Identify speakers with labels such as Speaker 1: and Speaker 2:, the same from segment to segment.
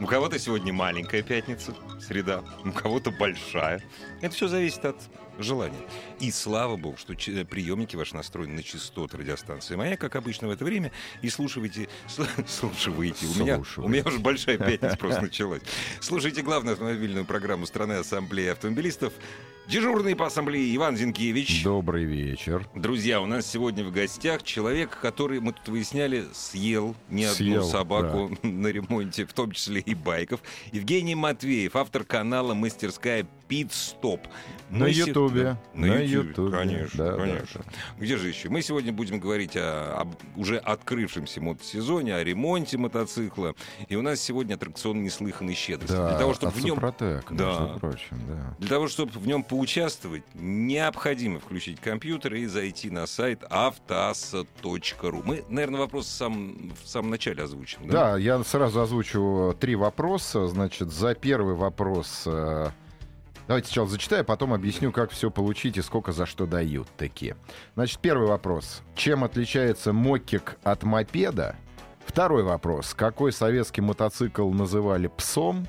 Speaker 1: у кого-то сегодня маленькая пятница, среда, у кого-то большая. Это все зависит от желания. И слава богу, что ч- приемники ваши настроены на частоты радиостанции «Моя», как обычно в это время, и слушайте, сл- слушайте, у меня, у меня уже большая пятница просто началась. Слушайте главную автомобильную программу страны Ассамблеи автомобилистов, дежурный по ассамблее Иван Зинкевич.
Speaker 2: Добрый вечер.
Speaker 1: Друзья, у нас сегодня в гостях человек, который, мы тут выясняли, съел не одну
Speaker 2: Съел,
Speaker 1: собаку на ремонте, в том числе и байков. Евгений Матвеев, автор канала «Мастерская Пит-стоп».
Speaker 2: На
Speaker 1: Мы се-
Speaker 2: Ютубе.
Speaker 1: На,
Speaker 2: На
Speaker 1: Ютубе,
Speaker 2: Ютубе,
Speaker 1: конечно,
Speaker 2: да, да,
Speaker 1: конечно. Где же еще? Мы сегодня будем говорить о, об уже открывшемся мотосезоне, о ремонте мотоцикла. И у нас сегодня аттракцион неслыханной щедрости. Для того, чтобы
Speaker 2: от
Speaker 1: в нем
Speaker 2: Супротек,
Speaker 1: Да.
Speaker 2: между прочим, да.
Speaker 1: для того, чтобы в нем поучаствовать, необходимо включить компьютер и зайти на сайт автоасса.ру. Мы, наверное, вопрос сам, в самом начале озвучим.
Speaker 2: да. я сразу озвучу три вопроса. Значит, за первый вопрос... э, Давайте сначала зачитаю, а потом объясню, как все получить и сколько за что дают такие. Значит, первый вопрос. Чем отличается мокик от мопеда? Второй вопрос. Какой советский мотоцикл называли псом?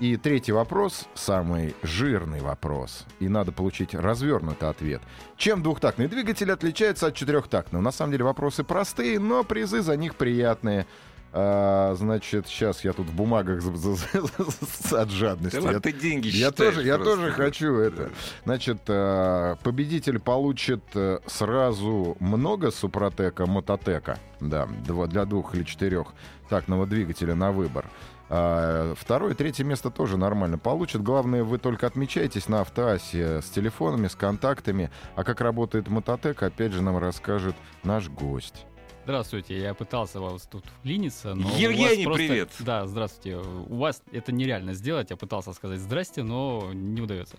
Speaker 2: И третий вопрос, самый жирный вопрос, и надо получить развернутый ответ. Чем двухтактный двигатель отличается от четырехтактного? На самом деле вопросы простые, но призы за них приятные. А, значит, сейчас я тут в бумагах за- за- за- от жадности.
Speaker 1: Да
Speaker 2: Я
Speaker 1: ладно, ты деньги
Speaker 2: я
Speaker 1: считаешь
Speaker 2: тоже, я
Speaker 1: просто.
Speaker 2: тоже хочу это. Значит, э, победитель получит э, сразу много супротека, мототека. Да, дво- для двух или четырех тактного двигателя на выбор. А, Второе, третье место тоже нормально получит. Главное, вы только отмечаетесь на автоасе с телефонами, с контактами. А как работает мототек, опять же, нам расскажет наш гость.
Speaker 3: Здравствуйте, я пытался вас тут вклиниться, но... у вас
Speaker 1: Евгений,
Speaker 3: просто-
Speaker 1: привет!
Speaker 3: Да, здравствуйте. У вас это нереально сделать, я пытался сказать здрасте, но не удается.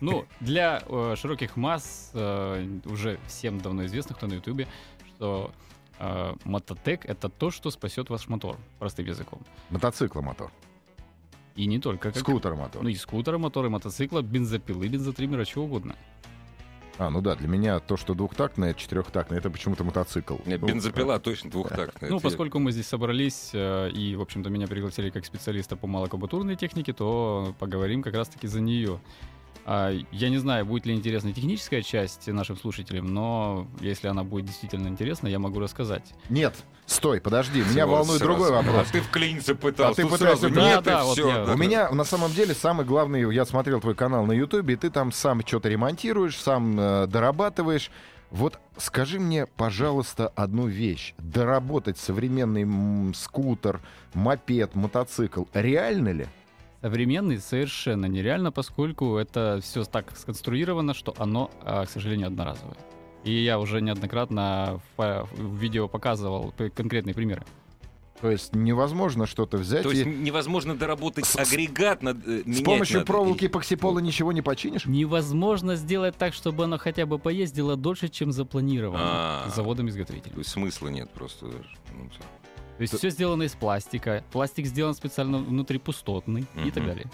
Speaker 3: Ну, для э, широких масс, э, уже всем давно известно, кто на Ютубе, что э, мототек — это то, что спасет ваш мотор, простым языком.
Speaker 2: Мотоцикл-мотор,
Speaker 3: И не только. как-
Speaker 2: скутер-мотор.
Speaker 3: Ну и скутера, моторы, мотоцикла, бензопилы, бензотриммера, чего угодно.
Speaker 2: А, ну да, для меня то, что двухтактное, четырехтактное, это почему-то мотоцикл.
Speaker 1: Не,
Speaker 2: Ну,
Speaker 1: Бензопила точно двухтактная. Это
Speaker 3: Ну,
Speaker 1: я-
Speaker 3: поскольку мы здесь собрались, э, и, в общем-то, меня пригласили как специалиста по малокабатурной технике, то поговорим как раз-таки за нее. Я не знаю, будет ли интересна техническая часть нашим слушателям, но если она будет действительно интересна, я могу рассказать.
Speaker 2: э, Нет, стой, подожди, меня
Speaker 1: Вот
Speaker 2: волнует
Speaker 1: сразу.
Speaker 2: другой вопрос.
Speaker 1: А ты вклиниться пытался.
Speaker 2: А ты
Speaker 1: тут
Speaker 2: пытаешься-
Speaker 1: сразу
Speaker 2: Да,
Speaker 1: нет,
Speaker 3: да,
Speaker 1: и
Speaker 3: вот
Speaker 1: все.
Speaker 3: я-
Speaker 2: У меня на самом деле самый главный, я смотрел твой канал на Ютубе, и ты там сам что-то ремонтируешь, сам э, дорабатываешь. Вот скажи мне, пожалуйста, одну вещь. Доработать современный м, скутер, мопед, мотоцикл, реально ли?
Speaker 3: Современный совершенно нереально, поскольку это все так сконструировано, что оно, а, к сожалению, одноразовое. И я уже неоднократно в, в видео показывал п- конкретные примеры.
Speaker 2: То есть невозможно что-то взять
Speaker 1: То есть
Speaker 2: и
Speaker 1: невозможно доработать
Speaker 2: С- с-
Speaker 1: агрегат. Над, э,
Speaker 2: с
Speaker 1: менять
Speaker 2: помощью
Speaker 1: надо.
Speaker 2: проволоки
Speaker 1: И-
Speaker 2: и поксипола ничего не починишь?
Speaker 3: Невозможно сделать так, чтобы оно хотя бы поездило дольше, чем запланировано
Speaker 1: А. То
Speaker 3: заводом-изготовителем.
Speaker 1: есть Смысла нет просто даже. Ну, всё.
Speaker 3: То есть все сделано из пластика, пластик сделан специально внутрипустотный и
Speaker 1: Мгм.
Speaker 3: так далее.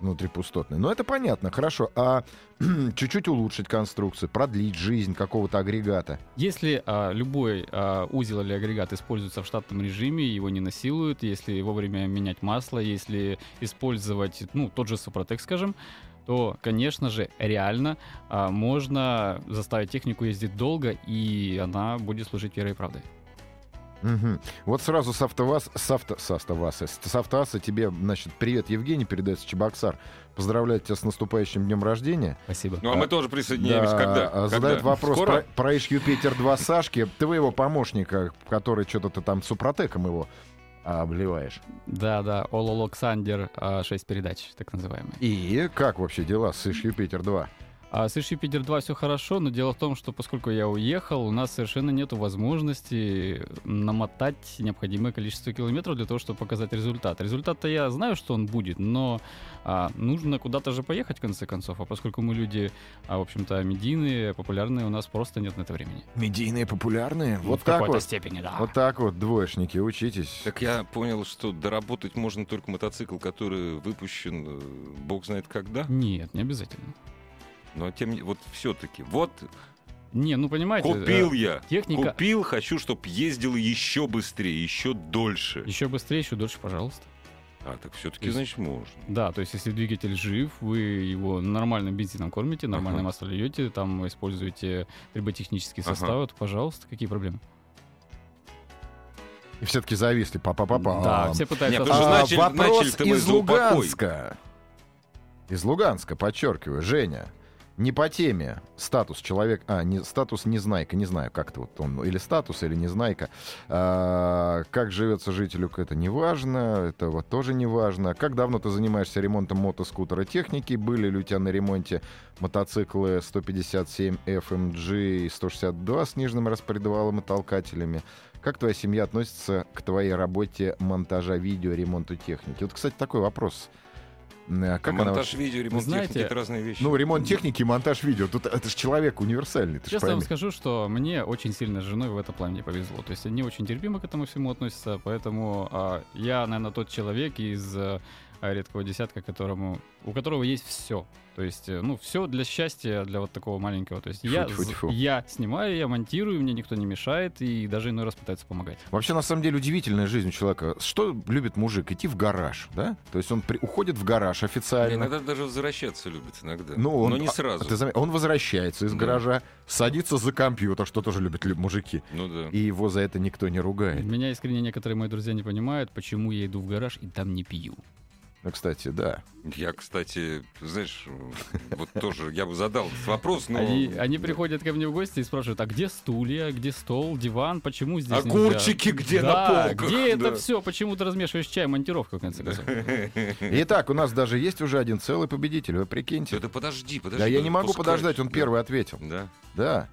Speaker 2: внутрипустотный. Но Ну, это понятно, хорошо. А чуть-чуть улучшить конструкцию, продлить жизнь какого-то агрегата.
Speaker 3: Если а, любой а, узел или агрегат используется в штатном режиме, его не насилуют, если вовремя менять масло, если использовать ну, тот же Супротек, скажем, то, конечно же, реально а, можно заставить технику ездить долго, и она будет служить верой и правдой.
Speaker 2: Мгм. Вот сразу с АвтоВАЗ, с, авто, с АвтоВАЗа, с- с АвтоАса тебе, значит, привет, Евгений, передается Чебоксар. Поздравляю тебя с наступающим днем рождения.
Speaker 3: Спасибо.
Speaker 1: Ну, а мы
Speaker 2: А,
Speaker 1: тоже присоединяемся.
Speaker 2: Да,
Speaker 1: Когда?
Speaker 2: а,
Speaker 1: Когда?
Speaker 2: Задает вопрос
Speaker 1: Скоро?
Speaker 2: про, про Иж Юпитер 2 Сашки, твоего помощника, который что-то ты там супротеком его а, обливаешь.
Speaker 3: Да, да, Ололоксандер 6 передач, так называемый.
Speaker 2: И как вообще дела с Иж Юпитер 2?
Speaker 3: А с ищи Питер 2 все хорошо, но дело в том, что поскольку я уехал, у нас совершенно нет возможности намотать необходимое количество километров для того, чтобы показать результат. Результат-то я знаю, что он будет, но а, нужно куда-то же поехать, в конце концов. А поскольку мы люди, а, в общем-то, медийные, популярные, у нас просто нет на это времени.
Speaker 4: Медийные, популярные.
Speaker 3: Ну,
Speaker 2: Вот
Speaker 3: в
Speaker 2: так
Speaker 3: какой-то
Speaker 2: вот.
Speaker 3: степени, да.
Speaker 2: Вот так вот, двоечники, учитесь.
Speaker 1: Так я понял, что доработать можно только мотоцикл, который выпущен э, бог знает когда.
Speaker 3: Нет, не обязательно.
Speaker 1: Но тем не вот все-таки. Вот
Speaker 3: Не, ну понимаете... э,
Speaker 1: купил я.
Speaker 3: Техника...
Speaker 1: Купил, хочу, чтобы ездил еще быстрее, еще дольше.
Speaker 3: Еще быстрее, еще дольше, пожалуйста.
Speaker 1: А, так все-таки, значит, можно.
Speaker 3: Да, то есть если двигатель жив, вы его нормальным бензином кормите, нормальное
Speaker 1: Ага.
Speaker 3: масло льете, там используете триботехнические
Speaker 1: Ага.
Speaker 3: составы, то, пожалуйста, какие проблемы?
Speaker 2: И все-таки зависли. Папа-папа.
Speaker 3: Да, все пытаются...
Speaker 1: Не, потому
Speaker 3: осознать.
Speaker 1: что начали-
Speaker 2: А, вопрос
Speaker 1: начали-то мы
Speaker 2: из
Speaker 1: с Лупакой.
Speaker 2: Луганска. Из Луганска, подчеркиваю, Женя. Не по теме статус человек, а не статус незнайка, не знаю, как-то вот он или статус или незнайка. А, как живется жителю, это не важно, это вот тоже не важно. Как давно ты занимаешься ремонтом мотоскутера техники? Были ли у тебя на ремонте мотоциклы 157 FMG эм и 162 с нижним распредвалом и толкателями? Как твоя семья относится к твоей работе монтажа видео, ремонту техники? Вот, кстати, такой вопрос. М, а
Speaker 1: А
Speaker 2: Как она
Speaker 1: монтаж
Speaker 2: вообще-
Speaker 1: видео, ремонт
Speaker 3: знаете,
Speaker 1: техники — это разные вещи.
Speaker 2: Ну, ремонт техники, и монтаж видео. Тут это же человек универсальный, ты же
Speaker 3: А, Честно вам
Speaker 2: пойми.
Speaker 3: скажу, что мне очень сильно с женой в этом плане повезло. То есть они очень терпимо к этому всему относятся, поэтому а, я, наверное, тот человек из а, редкого десятка, которому, у которого есть все. То есть, э, ну, все для счастья, для вот такого маленького. То есть я,
Speaker 2: Тьфу, тьфу,
Speaker 3: з-
Speaker 2: тьфу.
Speaker 3: я снимаю, я монтирую, мне никто не мешает, и даже иной раз пытается помогать.
Speaker 2: Вообще, на самом деле, удивительная жизнь у человека. Что любит мужик? Идти в гараж, да? То есть он при- уходит в гараж официально.
Speaker 1: Иногда даже возвращаться любит иногда.
Speaker 2: Ну, он,
Speaker 1: Но не
Speaker 2: а-
Speaker 1: сразу.
Speaker 2: а ты заметил, он возвращается из
Speaker 1: Да.
Speaker 2: гаража, садится за компьютер, что тоже любят лю- мужики.
Speaker 1: Ну да.
Speaker 2: И его за это никто не
Speaker 1: Э,
Speaker 2: ругает.
Speaker 3: Меня искренне некоторые мои друзья не понимают, почему я иду в гараж и там не пью.
Speaker 2: Ну, кстати, да.
Speaker 1: Я, кстати, знаешь, вот тоже я бы задал этот вопрос,
Speaker 2: А
Speaker 1: но...
Speaker 3: Они, они приходят ко мне в гости и спрашивают, а где стулья, где стол, диван, почему здесь нельзя?»
Speaker 1: Огурчики А где на
Speaker 3: Да,
Speaker 1: полках?
Speaker 3: где
Speaker 1: Да.
Speaker 3: это все? Почему ты размешиваешь чай? Монтировка, в конце концов.
Speaker 2: Итак, у нас даже есть уже один целый победитель, вы прикиньте.
Speaker 1: Да ты подожди, подожди.
Speaker 2: Да я не могу
Speaker 1: пускай.
Speaker 2: подождать, он
Speaker 1: Да.
Speaker 2: первый ответил.
Speaker 1: Да.
Speaker 2: Да.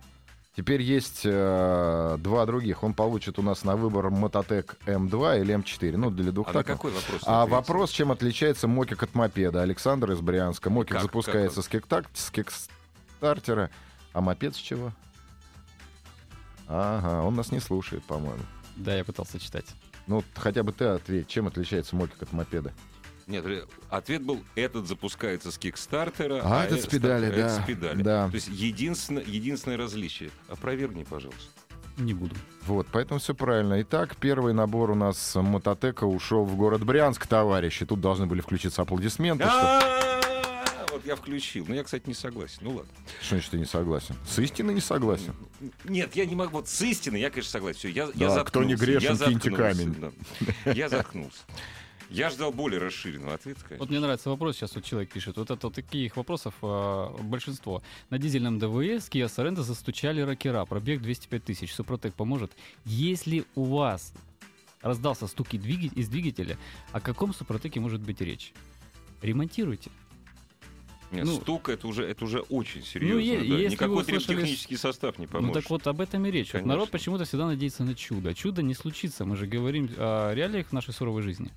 Speaker 2: Теперь есть э, два других. Он получит у нас на выбор Мототек М2 или М4. Ну, для двух
Speaker 1: А на
Speaker 2: так.
Speaker 1: какой вопрос?
Speaker 2: А
Speaker 1: ответил?
Speaker 2: вопрос, чем отличается мокик от мопеда? Александр из Брянска. Мокик
Speaker 1: Как-
Speaker 2: запускается с, киктак- с кикстартера, а мопед с чего? Ага, он нас не слушает, по-моему.
Speaker 3: Да, я пытался читать.
Speaker 2: Ну, хотя бы ты ответь, чем отличается мокик от мопеда?
Speaker 1: Нет, э, ответ был, этот запускается с кикстартера.
Speaker 2: А, этот с педали,
Speaker 1: этот
Speaker 2: да,
Speaker 1: с педали.
Speaker 2: да.
Speaker 1: То есть единственное, единственное различие. Опровергни, пожалуйста.
Speaker 3: Не буду.
Speaker 2: Вот, поэтому все правильно. Итак, первый набор у нас мототека ушел в город Брянск, товарищи. Тут должны были включиться аплодисменты. что-
Speaker 1: А, Вот я включил. Но я, кстати, не согласен. Ну ладно.
Speaker 2: Что значит ты не согласен? С истиной не согласен.
Speaker 1: Нет, я не могу. Вот с истиной я, конечно, согласен. Все, я, я
Speaker 2: Да,
Speaker 1: заткнулся.
Speaker 2: кто не грешен,
Speaker 1: я
Speaker 2: киньте
Speaker 1: заткнулся, да. Я заткнулся. Я ждал более расширенного ответа, конечно.
Speaker 3: Вот мне нравится вопрос, сейчас вот человек пишет. Вот это вот таких вопросов а, большинство. На дизельном ДВС Kia Sorento застучали рокера. Пробег 205 тысяч. Супротек поможет. Если у вас раздался стуки двиги- из двигателя, о каком Супротеке может быть речь? Ремонтируйте.
Speaker 1: Нет,
Speaker 3: ну-
Speaker 1: стук это уже, это уже очень серьезно.
Speaker 3: е-
Speaker 1: да.
Speaker 3: если вы
Speaker 1: Никакой
Speaker 3: услышали-
Speaker 1: технический состав не поможет.
Speaker 3: Ну так вот об этом и речь. Вот народ
Speaker 1: Конечно.
Speaker 3: почему-то всегда надеется на чудо. Чудо не случится. Мы же говорим о реалиях нашей суровой жизни.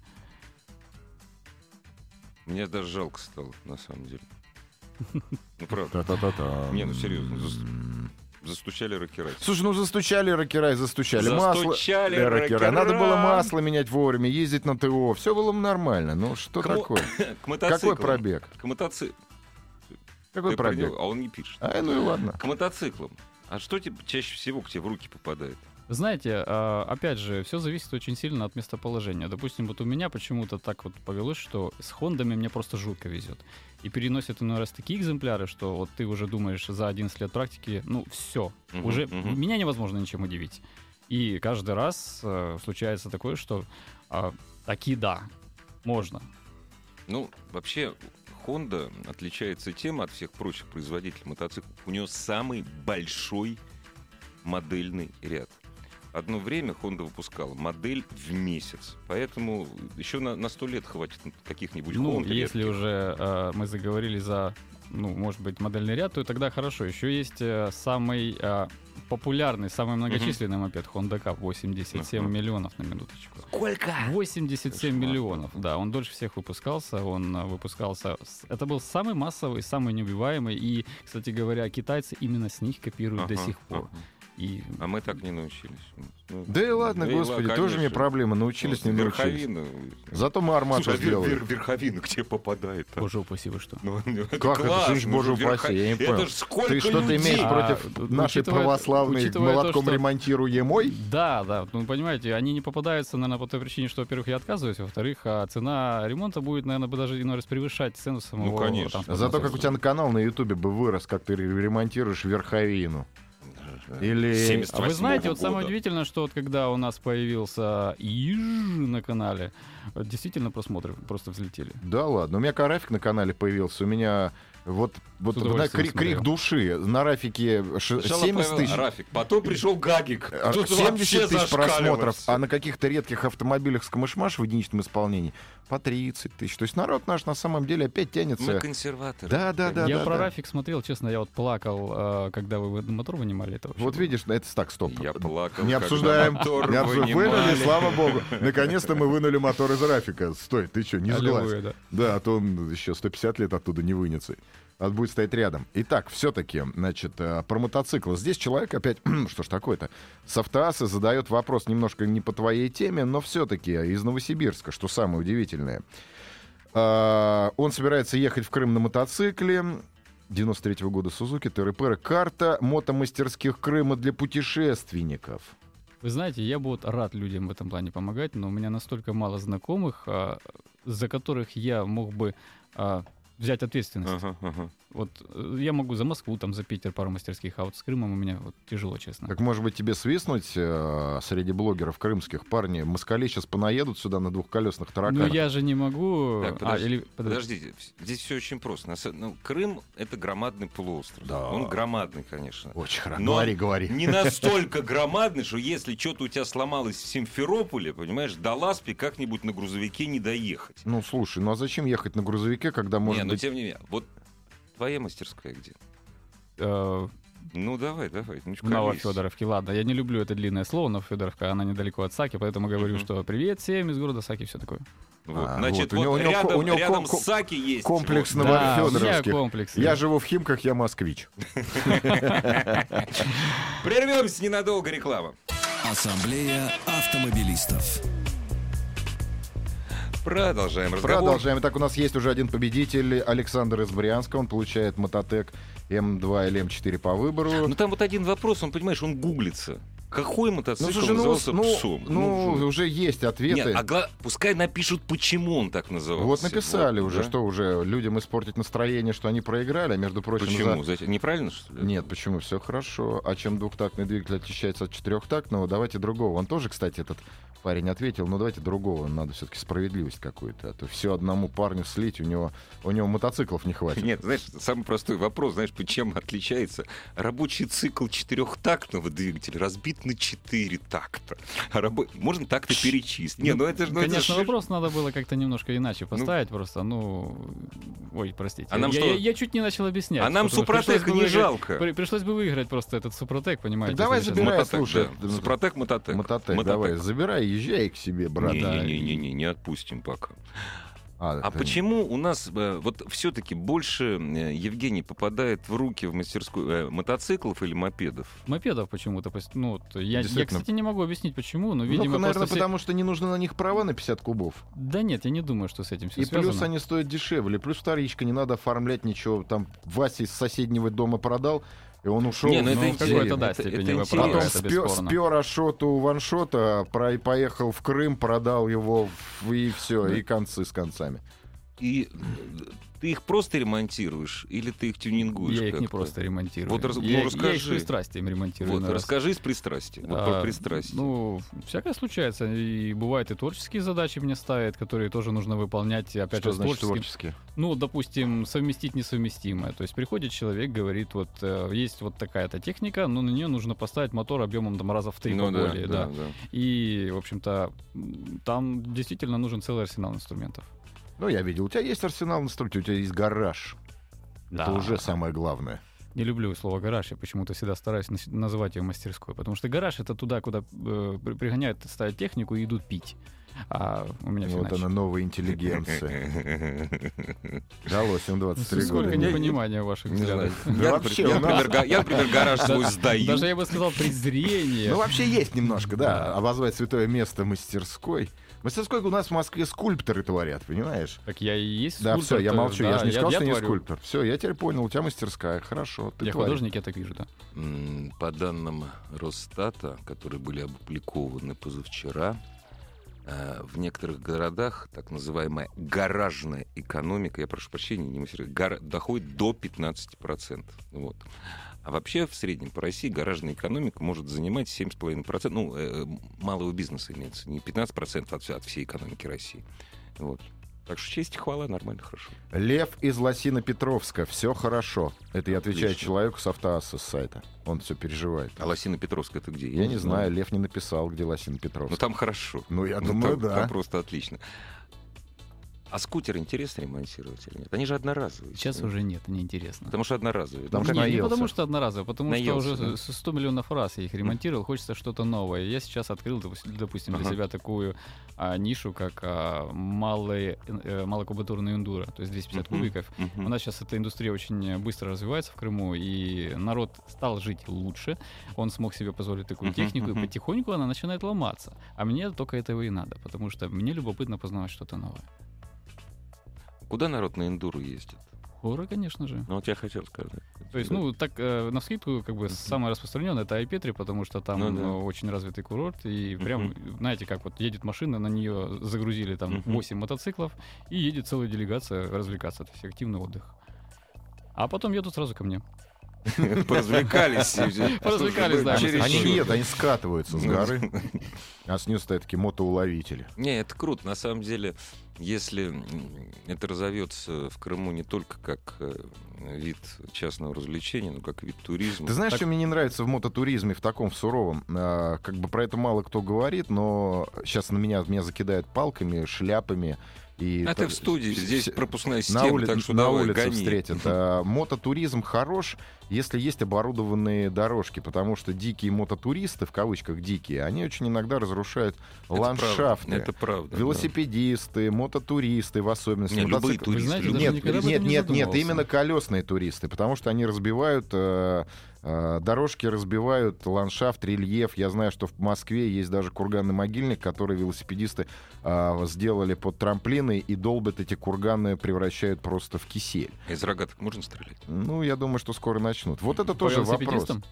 Speaker 1: Мне даже жалко стало, на самом деле. Ну правда.
Speaker 2: Та-та-та-та.
Speaker 1: Не, ну серьезно, зас- Застучали рокера.
Speaker 2: Слушай, ну застучали рокера и застучали. Масло.
Speaker 1: Застучали
Speaker 2: Э,
Speaker 1: рокера.
Speaker 2: рокера. Надо было масло менять вовремя, ездить на ТО. Все было нормально. Ну что
Speaker 1: Кому-
Speaker 2: такое?
Speaker 1: К мотоциклу.
Speaker 2: Какой пробег?
Speaker 1: К мотоциклу.
Speaker 2: Какой пробег?
Speaker 1: А он не пишет.
Speaker 2: А, ну и ладно.
Speaker 1: К мотоциклам. А что тебе чаще всего к тебе в руки попадает?
Speaker 3: Знаете, а, опять же, все зависит очень сильно от местоположения. Допустим, вот у меня почему-то так вот повелось, что с Хондами мне просто жутко везет. И переносят иной раз такие экземпляры, что вот ты уже думаешь за 11 лет практики, ну все,
Speaker 1: Мгм,
Speaker 3: уже
Speaker 1: мгм.
Speaker 3: меня невозможно ничем удивить. И каждый раз э, случается такое, что а, такие да, можно.
Speaker 1: Ну, вообще, Honda отличается тем от всех прочих производителей мотоциклов. У нее самый большой модельный ряд. Одно время Honda выпускала модель в месяц. Поэтому еще на, на 100 лет хватит каких-нибудь
Speaker 3: Ну,
Speaker 1: Honda
Speaker 3: если
Speaker 1: редких.
Speaker 3: уже э, мы заговорили за, ну, может быть, модельный ряд, то и тогда хорошо. Еще есть э, самый э, популярный, самый многочисленный мопед Honda Cup 87
Speaker 1: Мгм.
Speaker 3: миллионов на минуточку.
Speaker 1: Сколько?
Speaker 3: 87
Speaker 1: Кошмар.
Speaker 3: миллионов, да, он дольше всех выпускался, он э, выпускался, с- это был самый массовый, самый неубиваемый, и, кстати говоря, китайцы именно с них копируют до
Speaker 1: Ага,
Speaker 3: сих пор.
Speaker 1: ага.
Speaker 3: И
Speaker 1: А мы так не научились. Ну,
Speaker 2: Да и ладно,
Speaker 1: да и
Speaker 2: господи,
Speaker 1: ла-
Speaker 2: тоже мне
Speaker 1: конечно.
Speaker 2: проблема. Научились, не
Speaker 1: Ну,
Speaker 2: научились.
Speaker 1: верховина.
Speaker 2: Зато мы армату
Speaker 1: Слушай, а вер-
Speaker 2: сделали.
Speaker 1: вер- верховина где попадает? а?
Speaker 3: боже упаси, вы что?
Speaker 1: Ну, это
Speaker 2: Как это,
Speaker 1: классно,
Speaker 2: слышь, боже
Speaker 1: ну, верха-
Speaker 2: упаси, я не
Speaker 1: это
Speaker 2: понял.
Speaker 1: ж сколько
Speaker 2: Ты что-то
Speaker 1: людей?
Speaker 2: имеешь
Speaker 3: А,
Speaker 2: против
Speaker 3: учитывая-
Speaker 2: нашей православной
Speaker 3: учитывая то,
Speaker 2: молотком
Speaker 3: что-
Speaker 2: ремонтируемой?
Speaker 3: Да, да, ну понимаете, они не попадаются, наверное, по той причине, что, во-первых, я отказываюсь, во-вторых, а цена ремонта будет, наверное, даже иной раз превышать цену самого.
Speaker 2: Ну,
Speaker 1: конечно.
Speaker 3: транспортного
Speaker 2: Зато как у
Speaker 3: средства.
Speaker 2: тебя на канал на Ютубе бы вырос, как ты ремонтируешь верховину. Или...
Speaker 1: 70.
Speaker 3: А вы знаете, вот самое
Speaker 1: года.
Speaker 3: удивительное, что вот когда у нас появился Иж на канале, вот действительно просмотры просто взлетели.
Speaker 2: Да ладно, у меня как Рафик на канале появился, у меня вот, вот
Speaker 3: С
Speaker 2: на
Speaker 3: удовольствием
Speaker 2: крик, крик
Speaker 3: смотрел.
Speaker 2: души на Рафике ш-
Speaker 1: Сначала
Speaker 2: 70
Speaker 1: Павел
Speaker 2: тысяч.
Speaker 1: Рафик, потом пришел Гагик.
Speaker 2: А,
Speaker 1: Тут
Speaker 2: 70
Speaker 1: вообще
Speaker 2: тысяч просмотров,
Speaker 1: зашкаливается.
Speaker 2: а на каких-то редких автомобилях с камышмаш в единичном исполнении по 30 тысяч. То есть народ наш на самом деле опять
Speaker 1: Мы
Speaker 2: тянется.
Speaker 1: консерваторы.
Speaker 2: Да, да, да.
Speaker 3: я
Speaker 2: да,
Speaker 3: про
Speaker 2: да.
Speaker 3: Рафик смотрел, честно, я вот плакал, э, когда вы в- мотор вынимали. Это вообще
Speaker 2: Вот
Speaker 3: было.
Speaker 2: видишь, это так, стоп.
Speaker 1: Я плакал.
Speaker 2: Не
Speaker 1: когда
Speaker 2: обсуждаем.
Speaker 1: мотор
Speaker 2: Не обсуждаем. Вынули,
Speaker 1: вынимали.
Speaker 2: слава богу. Наконец-то мы вынули мотор из Рафика. Стой, ты что, не сглазь.
Speaker 3: Аллилуйя, да.
Speaker 2: Да, а то он еще 150 лет оттуда не вынется. А будет стоять рядом. Итак, все-таки, значит, э, про мотоциклы. Здесь человек опять, ну что ж такое-то, с автоаса задает вопрос немножко не по твоей теме, но все-таки из Новосибирска, что самое удивительное. А, Он собирается ехать в Крым на мотоцикле. 93 -го года Сузуки, ТРПР, карта мотомастерских Крыма для путешественников.
Speaker 3: Вы знаете, я бы вот рад людям в этом плане помогать, но у меня настолько мало знакомых, а, за которых я мог бы а, взять ответственность.
Speaker 1: Ага, ага.
Speaker 3: Вот э, я могу за Москву, там за Питер пару мастерских, а вот с Крымом у меня вот тяжело, честно.
Speaker 2: Так, может быть, тебе свистнуть э, среди блогеров крымских? Парни, москали сейчас понаедут сюда на двухколесных
Speaker 3: ну
Speaker 2: тараканах.
Speaker 3: я же не могу.
Speaker 1: Так,
Speaker 3: А,
Speaker 1: подожди,
Speaker 3: или- подожди.
Speaker 1: Подождите, вс- здесь все очень просто. На са- ну, Крым — это громадный полуостров.
Speaker 2: Да.
Speaker 1: Он громадный, конечно.
Speaker 2: Очень хорошо.
Speaker 1: Но-
Speaker 2: Говори, говори.
Speaker 1: Не настолько громадный, что если что-то у тебя сломалось в Симферополе, понимаешь, до Ласпи как-нибудь на грузовике не доехать.
Speaker 2: Ну, слушай, ну а зачем ехать на грузовике, когда
Speaker 1: не, ну
Speaker 2: можно
Speaker 1: но
Speaker 2: быть...
Speaker 1: тем не менее, вот твоя мастерская где?
Speaker 3: Э,
Speaker 1: Ну давай, давай. Ну, чё
Speaker 3: Ново
Speaker 1: колись.
Speaker 3: Федоровки. Ладно, я не люблю это длинное слово, но Федоровка, она недалеко от Саки, поэтому говорю,
Speaker 1: Мгм.
Speaker 3: что привет всем из города Саки, все такое.
Speaker 1: Вот,
Speaker 2: А,
Speaker 1: Значит, вот
Speaker 2: вот, у него- у него ко-
Speaker 1: рядом,
Speaker 2: у него
Speaker 1: рядом
Speaker 2: ком-
Speaker 1: с Саки есть.
Speaker 2: комплекс
Speaker 1: вот.
Speaker 3: Да, у меня
Speaker 2: Новофёдоровских.
Speaker 3: комплекс.
Speaker 2: Я живу в Химках, я москвич.
Speaker 1: Прервемся ненадолго реклама.
Speaker 5: Ассамблея автомобилистов.
Speaker 1: Продолжаем разговор.
Speaker 2: Продолжаем. Итак, у нас есть уже один победитель, Александр из Брянска. Он получает мототек М2 или М4 по выбору.
Speaker 1: Ну там вот один вопрос, он, понимаешь, он гуглится. Какой мотоцикл
Speaker 2: Ну, слушай, ну,
Speaker 1: назывался
Speaker 2: ну,
Speaker 1: псом?
Speaker 2: ну,
Speaker 1: Ну,
Speaker 2: уже есть
Speaker 1: нет,
Speaker 2: ответы.
Speaker 1: а гла- пускай напишут, почему он так назывался.
Speaker 2: Вот написали
Speaker 1: Вот,
Speaker 2: уже,
Speaker 1: да?
Speaker 2: что уже людям испортить настроение, что они проиграли, а между прочим... за-
Speaker 1: Почему? Зачем? Неправильно, что ли?
Speaker 2: Нет, почему? Все хорошо. А чем двухтактный двигатель отличается от четырехтактного? Давайте другого. Он тоже, кстати, этот парень ответил, но давайте другого. Надо все-таки справедливость какую-то. А то все одному парню слить, у него, у него мотоциклов не хватит.
Speaker 1: Нет, знаешь, самый простой вопрос, знаешь, по чем отличается рабочий цикл четырехтактного двигателя разбит на четыре такта. А рабо- Можно так-то перечислить. Не, ну это же... ну это
Speaker 3: Конечно,
Speaker 1: же-
Speaker 3: вопрос надо было как-то немножко иначе поставить просто, ну... Ой, простите.
Speaker 1: А нам
Speaker 3: я,
Speaker 1: что?
Speaker 3: я- я чуть не начал объяснять.
Speaker 1: А нам
Speaker 3: потому что
Speaker 1: Супротека
Speaker 3: пришлось бы
Speaker 1: не
Speaker 3: выиграть-
Speaker 1: жалко.
Speaker 3: при- Пришлось бы выиграть просто этот Супротек, понимаете.
Speaker 2: Так давай
Speaker 3: если
Speaker 2: забирай.
Speaker 3: честно.
Speaker 1: Мототек,
Speaker 2: слушай,
Speaker 1: да.
Speaker 2: это-
Speaker 1: Супротек, мототек.
Speaker 2: Мототек, давай, забирай, езжай к себе, брат.
Speaker 3: да.
Speaker 1: Не-не-не, не отпустим пока.
Speaker 2: А,
Speaker 1: А
Speaker 2: это-
Speaker 1: почему у нас э, вот все-таки больше э, Евгений попадает в руки в мастерскую э, мотоциклов или мопедов?
Speaker 3: Мопедов почему-то... пос- Ну, вот я, я,
Speaker 2: Действительно.
Speaker 3: кстати, не могу объяснить, почему,
Speaker 2: Ну,
Speaker 3: но, видимо, просто
Speaker 2: наверное,
Speaker 3: все-
Speaker 2: потому что не нужно на них права на 50 кубов.
Speaker 3: Да нет, я не думаю, что с этим все
Speaker 2: И
Speaker 3: связано.
Speaker 2: плюс они стоят дешевле, плюс вторичка, не надо оформлять ничего. Там Вася из соседнего дома продал, и он ушел.
Speaker 1: Не, ну это
Speaker 3: Ну, в
Speaker 1: интересно.
Speaker 3: какой-то, да,
Speaker 1: Это-
Speaker 3: степени
Speaker 1: это
Speaker 3: вы
Speaker 1: интересно.
Speaker 3: правы,
Speaker 2: Потом
Speaker 1: Правда,
Speaker 3: это
Speaker 2: спер,
Speaker 3: бесспорно.
Speaker 2: спер Ашоту у ваншота, про, и поехал в Крым, продал его, в- и все, и концы с концами.
Speaker 1: и э, ты их просто ремонтируешь или ты их тюнингуешь?
Speaker 3: Я их не
Speaker 1: как-то?
Speaker 3: просто ремонтирую.
Speaker 1: Вот раз- ну,
Speaker 3: я, я их с
Speaker 1: расскажи.
Speaker 3: пристрастием ремонтирую.
Speaker 1: Вот,
Speaker 3: на раз.
Speaker 1: расскажи с пристрастием. Вот
Speaker 3: А,
Speaker 1: про пристрастие.
Speaker 3: Ну, всякое случается. И бывают и творческие задачи мне ставят, которые тоже нужно выполнять. И опять
Speaker 2: Что
Speaker 3: же, с
Speaker 2: значит
Speaker 3: творческим-
Speaker 2: творчески?
Speaker 3: Ну, допустим, совместить несовместимое. То есть приходит человек, говорит, вот э, есть вот такая-то техника, но на нее нужно поставить мотор объемом там раза в три
Speaker 1: Ну да,
Speaker 3: поболее,
Speaker 1: да,
Speaker 3: да.
Speaker 1: да.
Speaker 3: И, в общем-то, м, там действительно нужен целый арсенал инструментов.
Speaker 2: Ну, я видел, у тебя есть арсенал на инструменте, у тебя есть гараж.
Speaker 3: Да.
Speaker 2: Это уже самое главное.
Speaker 3: Не люблю слово гараж, я почему-то всегда стараюсь нас- называть ее мастерской, потому что гараж это туда, куда э, при- пригоняют ставят технику и идут пить. А у меня все
Speaker 2: Ну, вот она, новая интеллигенция. Далось им 23
Speaker 3: Сколько
Speaker 2: года.
Speaker 3: непонимания в ваших
Speaker 1: Не знаю.
Speaker 3: взглядов.
Speaker 2: Да
Speaker 1: Я,
Speaker 2: вообще,
Speaker 1: например, я,
Speaker 2: у нас-
Speaker 1: например, га- я, например, гараж свой сдаю.
Speaker 3: Даже я бы сказал презрение.
Speaker 2: Ну, вообще есть немножко, да.
Speaker 3: Да.
Speaker 2: Обозвать святое место мастерской. Мастерской у нас в Москве скульпторы творят, понимаешь?
Speaker 3: Так я и есть
Speaker 2: Да,
Speaker 3: скульптор,
Speaker 2: все, я
Speaker 3: то-
Speaker 2: молчу. я
Speaker 3: да,
Speaker 2: же не сказал, что не
Speaker 3: творю.
Speaker 2: скульптор. Все, я теперь понял, у тебя мастерская, хорошо. Ты
Speaker 3: Я
Speaker 2: творишь.
Speaker 3: художник, я так вижу, да.
Speaker 1: М, По данным Росстата, которые были опубликованы позавчера, э, в некоторых городах так называемая гаражная экономика, я прошу прощения, не мастер, гар- доходит до 15%. Вот. А вообще в среднем по России гаражная экономика может занимать 7,5%, ну, э, малого бизнеса имеется, не 15% от, вся- от всей экономики России. Вот. Так что честь и хвала, нормально, хорошо.
Speaker 2: Лев из Лосино-Петровска. Все хорошо. Это я отвечаю
Speaker 1: Отлично.
Speaker 2: человеку с автоасса с сайта. Он все переживает.
Speaker 1: А Лосина Петровская это где?
Speaker 2: Я не знаю, Лев не написал, где Лосино-Петровск.
Speaker 1: Ну там хорошо.
Speaker 2: Ну, я
Speaker 1: Ну,
Speaker 2: думаю,
Speaker 1: там, там
Speaker 2: да.
Speaker 1: просто отлично. А скутеры интересно ремонтировать или нет? Они же одноразовые.
Speaker 3: Сейчас
Speaker 1: Ну,
Speaker 3: уже нет, неинтересно.
Speaker 1: Потому что одноразовые. Ну,
Speaker 2: Потому что
Speaker 1: как-
Speaker 3: Не, не
Speaker 2: наелся.
Speaker 3: потому что одноразово, потому
Speaker 1: Наелся,
Speaker 3: что уже с- 100 миллионов раз я их ремонтировал, хочется что-то новое. Я сейчас открыл, допус- допустим, для
Speaker 1: Ага.
Speaker 3: себя такую а, нишу, как а, малые, э, малокубатурная эндура, то есть 250
Speaker 1: Мгм.
Speaker 3: кубиков. У
Speaker 1: Мгм.
Speaker 3: нас сейчас эта индустрия очень э, быстро развивается в Крыму, и народ стал жить лучше. Он смог себе позволить такую
Speaker 1: Мгм,
Speaker 3: технику, и
Speaker 1: мгм.
Speaker 3: потихоньку она начинает ломаться. А мне только этого и надо, потому что мне любопытно познавать что-то новое.
Speaker 1: Куда народ на эндуру ездит?
Speaker 3: Ура, конечно же.
Speaker 1: Ну, вот я хотел сказать.
Speaker 3: То есть, ну, так, э, на как бы
Speaker 1: Мгм.
Speaker 3: самое распространенное это IP3, потому что там
Speaker 1: Ну да.
Speaker 3: э, очень развитый курорт, и прям, знаете, как вот едет машина, на нее загрузили там
Speaker 1: Мгм.
Speaker 3: 8 мотоциклов, и едет целая делегация развлекаться, то есть активный отдых. А потом едут сразу ко мне.
Speaker 1: Поразвлекались.
Speaker 3: Поразвлекались, да.
Speaker 1: Через
Speaker 2: Они
Speaker 3: Чересчур.
Speaker 2: едут, они скатываются с
Speaker 1: Ну,
Speaker 2: горы, а снизу стоят такие мотоуловители.
Speaker 1: Не, это круто. На самом деле, если м, это разовьется в Крыму не только как э, вид частного развлечения, но как вид туризма.
Speaker 2: Ты знаешь, что мне не нравится в мототуризме, в таком, в суровом? А, как бы про это мало кто говорит, но сейчас на меня, меня закидают палками, шляпами. И
Speaker 1: А
Speaker 2: та-
Speaker 1: ты в студии, здесь
Speaker 2: вся-
Speaker 1: пропускная
Speaker 2: на,
Speaker 1: система,
Speaker 2: ули-
Speaker 1: так что
Speaker 2: на
Speaker 1: давай,
Speaker 2: улице
Speaker 1: гони.
Speaker 2: встретят. А, мототуризм хорош, если есть оборудованные дорожки, потому что дикие мототуристы, в кавычках дикие, они очень иногда разрушают
Speaker 1: Это
Speaker 2: ландшафты.
Speaker 1: правда, Это правда.
Speaker 2: Велосипедисты, мототуристы в особенности.
Speaker 1: Не, любые
Speaker 2: мотоцикл-
Speaker 1: туристы.
Speaker 3: Вы знаете,
Speaker 1: любые.
Speaker 3: даже
Speaker 2: нет,
Speaker 3: никогда об
Speaker 2: нет,
Speaker 3: этом не
Speaker 2: нет, нет,
Speaker 3: задумывался.
Speaker 2: именно колесные туристы, потому что они разбивают э, э, дорожки, разбивают ландшафт, рельеф. Я знаю, что в Москве есть даже курганный могильник, который велосипедисты э, сделали под трамплины и долбят эти курганы, превращают просто в кисель.
Speaker 1: А Из рогаток можно стрелять?
Speaker 2: Ну, я думаю, что скоро начнут. Вот это
Speaker 3: По
Speaker 2: тоже вопрос.
Speaker 3: велосипедистам?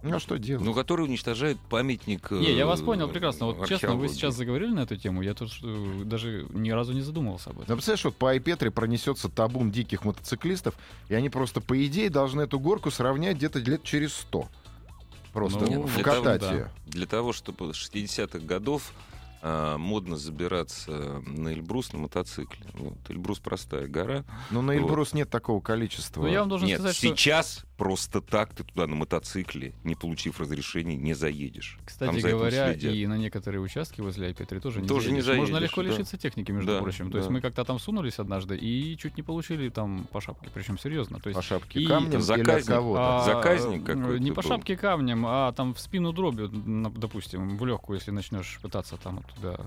Speaker 2: Ну, а что делать?
Speaker 1: Ну, который уничтожает памятник...
Speaker 3: Не, я
Speaker 1: э,
Speaker 3: вас понял прекрасно. Вот честно, вы
Speaker 1: археологии.
Speaker 3: сейчас заговорили на эту тему, я тут э, даже ни разу не задумывался об этом.
Speaker 2: Ну, представляешь, вот по Айпетре пронесется табун диких мотоциклистов, и они просто, по идее, должны эту горку сравнять где-то лет через сто. Просто
Speaker 1: для
Speaker 3: Ну,
Speaker 2: вкатать
Speaker 3: того, да.
Speaker 2: ее.
Speaker 1: Для того, чтобы с 60-х годов а, модно забираться на Эльбрус на мотоцикле. Вот. Эльбрус простая гора.
Speaker 2: Но Ну, на
Speaker 1: Вот.
Speaker 2: Эльбрус нет такого количества.
Speaker 3: Но Ну, я вам должен
Speaker 1: Нет,
Speaker 3: сказать, что...
Speaker 1: сейчас просто так ты туда на мотоцикле, не получив разрешения, не заедешь.
Speaker 3: Кстати
Speaker 1: Там за этим
Speaker 3: говоря,
Speaker 1: следят.
Speaker 3: и на некоторые участки возле IP3 тоже не
Speaker 1: Тоже не
Speaker 3: заедешь. Можно
Speaker 1: заедешь,
Speaker 3: легко
Speaker 1: да.
Speaker 3: лишиться техники, между
Speaker 1: Да,
Speaker 3: прочим. То есть
Speaker 1: да.
Speaker 3: мы как-то там сунулись однажды и чуть не получили там по шапке, причем серьезно. То есть
Speaker 1: А
Speaker 2: По шапке
Speaker 3: и-
Speaker 2: камнем или от
Speaker 1: заказник,
Speaker 2: кого-то.
Speaker 1: а, заказник
Speaker 3: э,
Speaker 1: какой-то
Speaker 3: Не по
Speaker 1: был.
Speaker 3: шапке камнем, а там в спину дробью, на- допустим, в легкую, если начнешь пытаться там вот туда.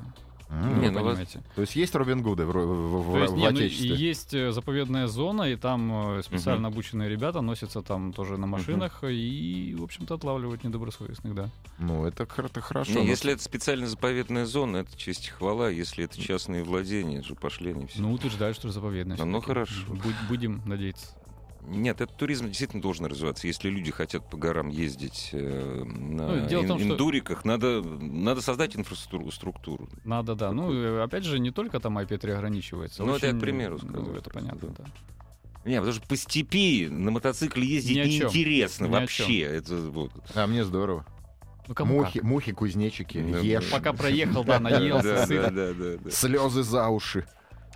Speaker 2: М.
Speaker 1: Не,
Speaker 3: вы
Speaker 1: ну, вас-
Speaker 3: понимаете.
Speaker 2: То есть есть Робин Гуды в, ро- в- в-
Speaker 3: а, То есть,
Speaker 2: в
Speaker 3: не, ну, и
Speaker 2: Отечестве?
Speaker 3: есть э, заповедная зона, и там э, специально обученные ребята носятся там тоже на машинах и, в общем-то, отлавливают недобросовестных, да.
Speaker 2: Ну, это, хор- это хорошо.
Speaker 1: Не,
Speaker 2: но-
Speaker 1: если это специально заповедная зона, это честь и хвала. Если это частные владения, это же пошли они все.
Speaker 3: Ну, утверждают, что заповедная.
Speaker 1: Ну,
Speaker 3: всё-таки.
Speaker 1: хорошо.
Speaker 3: Будь- будем надеяться.
Speaker 1: Нет, этот туризм действительно должен развиваться. Если люди хотят по горам ездить э, на
Speaker 3: Ну, дело в
Speaker 1: ин-
Speaker 3: том, что-
Speaker 1: индуриках, надо, надо создать инфраструктуру. структуру.
Speaker 3: Надо, да. Ну, э, опять же, не только там IP3 ограничивается.
Speaker 1: Ну, это я к
Speaker 3: Очень,
Speaker 1: примеру
Speaker 3: Ну,
Speaker 1: сказал
Speaker 3: это
Speaker 1: просто,
Speaker 3: понятно, да.
Speaker 1: Не, потому что по степи на мотоцикле ездить
Speaker 3: Ни о чем.
Speaker 1: неинтересно
Speaker 3: Ни о
Speaker 1: вообще. Это вот.
Speaker 2: А мне здорово.
Speaker 3: Ну, кому
Speaker 2: Мухи, мухи, кузнечики,
Speaker 1: Да,
Speaker 2: ешь.
Speaker 3: как. Пока проехал, да,
Speaker 1: Да,
Speaker 3: наелся,
Speaker 1: да,
Speaker 3: сыт.
Speaker 1: да, да, да.
Speaker 2: Слезы за уши.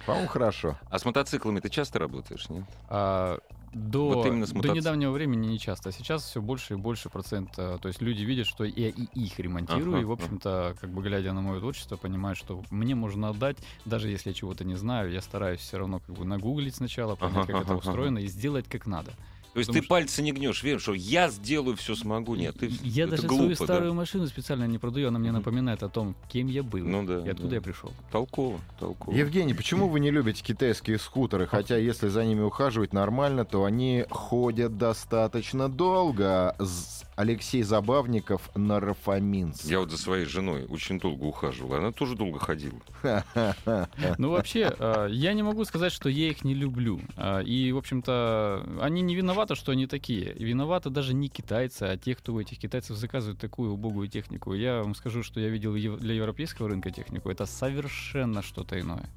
Speaker 2: По-моему, хорошо.
Speaker 1: А с мотоциклами ты часто работаешь, нет?
Speaker 3: А, до,
Speaker 1: Вот именно с
Speaker 3: до
Speaker 1: мотоцик-
Speaker 3: недавнего времени не часто. а Сейчас все больше и больше процент. э, То есть люди видят, что я и их ремонтирую.
Speaker 1: Ага,
Speaker 3: и, в общем-то, как бы глядя на мое творчество, понимаю, что мне можно отдать, даже если я чего-то не знаю, я стараюсь все равно как бы нагуглить сначала, понять,
Speaker 1: Ага,
Speaker 3: как это
Speaker 1: ага, ага.
Speaker 3: устроено, и сделать как надо.
Speaker 1: То есть
Speaker 3: Потому
Speaker 1: ты
Speaker 3: что-
Speaker 1: пальцы не гнешь, веришь, что я сделаю все смогу, нет? Ты...
Speaker 3: я
Speaker 1: это
Speaker 3: даже
Speaker 1: глупо,
Speaker 3: свою
Speaker 1: да.
Speaker 3: старую машину специально не продаю, она мне
Speaker 1: Мгм.
Speaker 3: напоминает о том, кем я был
Speaker 1: Ну да.
Speaker 3: и откуда
Speaker 1: да.
Speaker 3: я пришел.
Speaker 1: Толково, толково.
Speaker 2: Евгений, почему вы не любите китайские скутеры? Хотя, если за ними ухаживать нормально, то они ходят достаточно долго. З- Алексей Забавников, Нарафаминс.
Speaker 1: Я вот за своей женой очень долго ухаживал, она тоже долго ходила.
Speaker 3: Ну, вообще, э, я не могу сказать, что я их не люблю. Э, И, в общем-то, они не виноваты, что они такие. И Виноваты даже не китайцы, а те, кто у этих китайцев заказывает такую убогую технику. Я вам скажу, что я видел ев- для европейского рынка технику. Это совершенно что-то иное.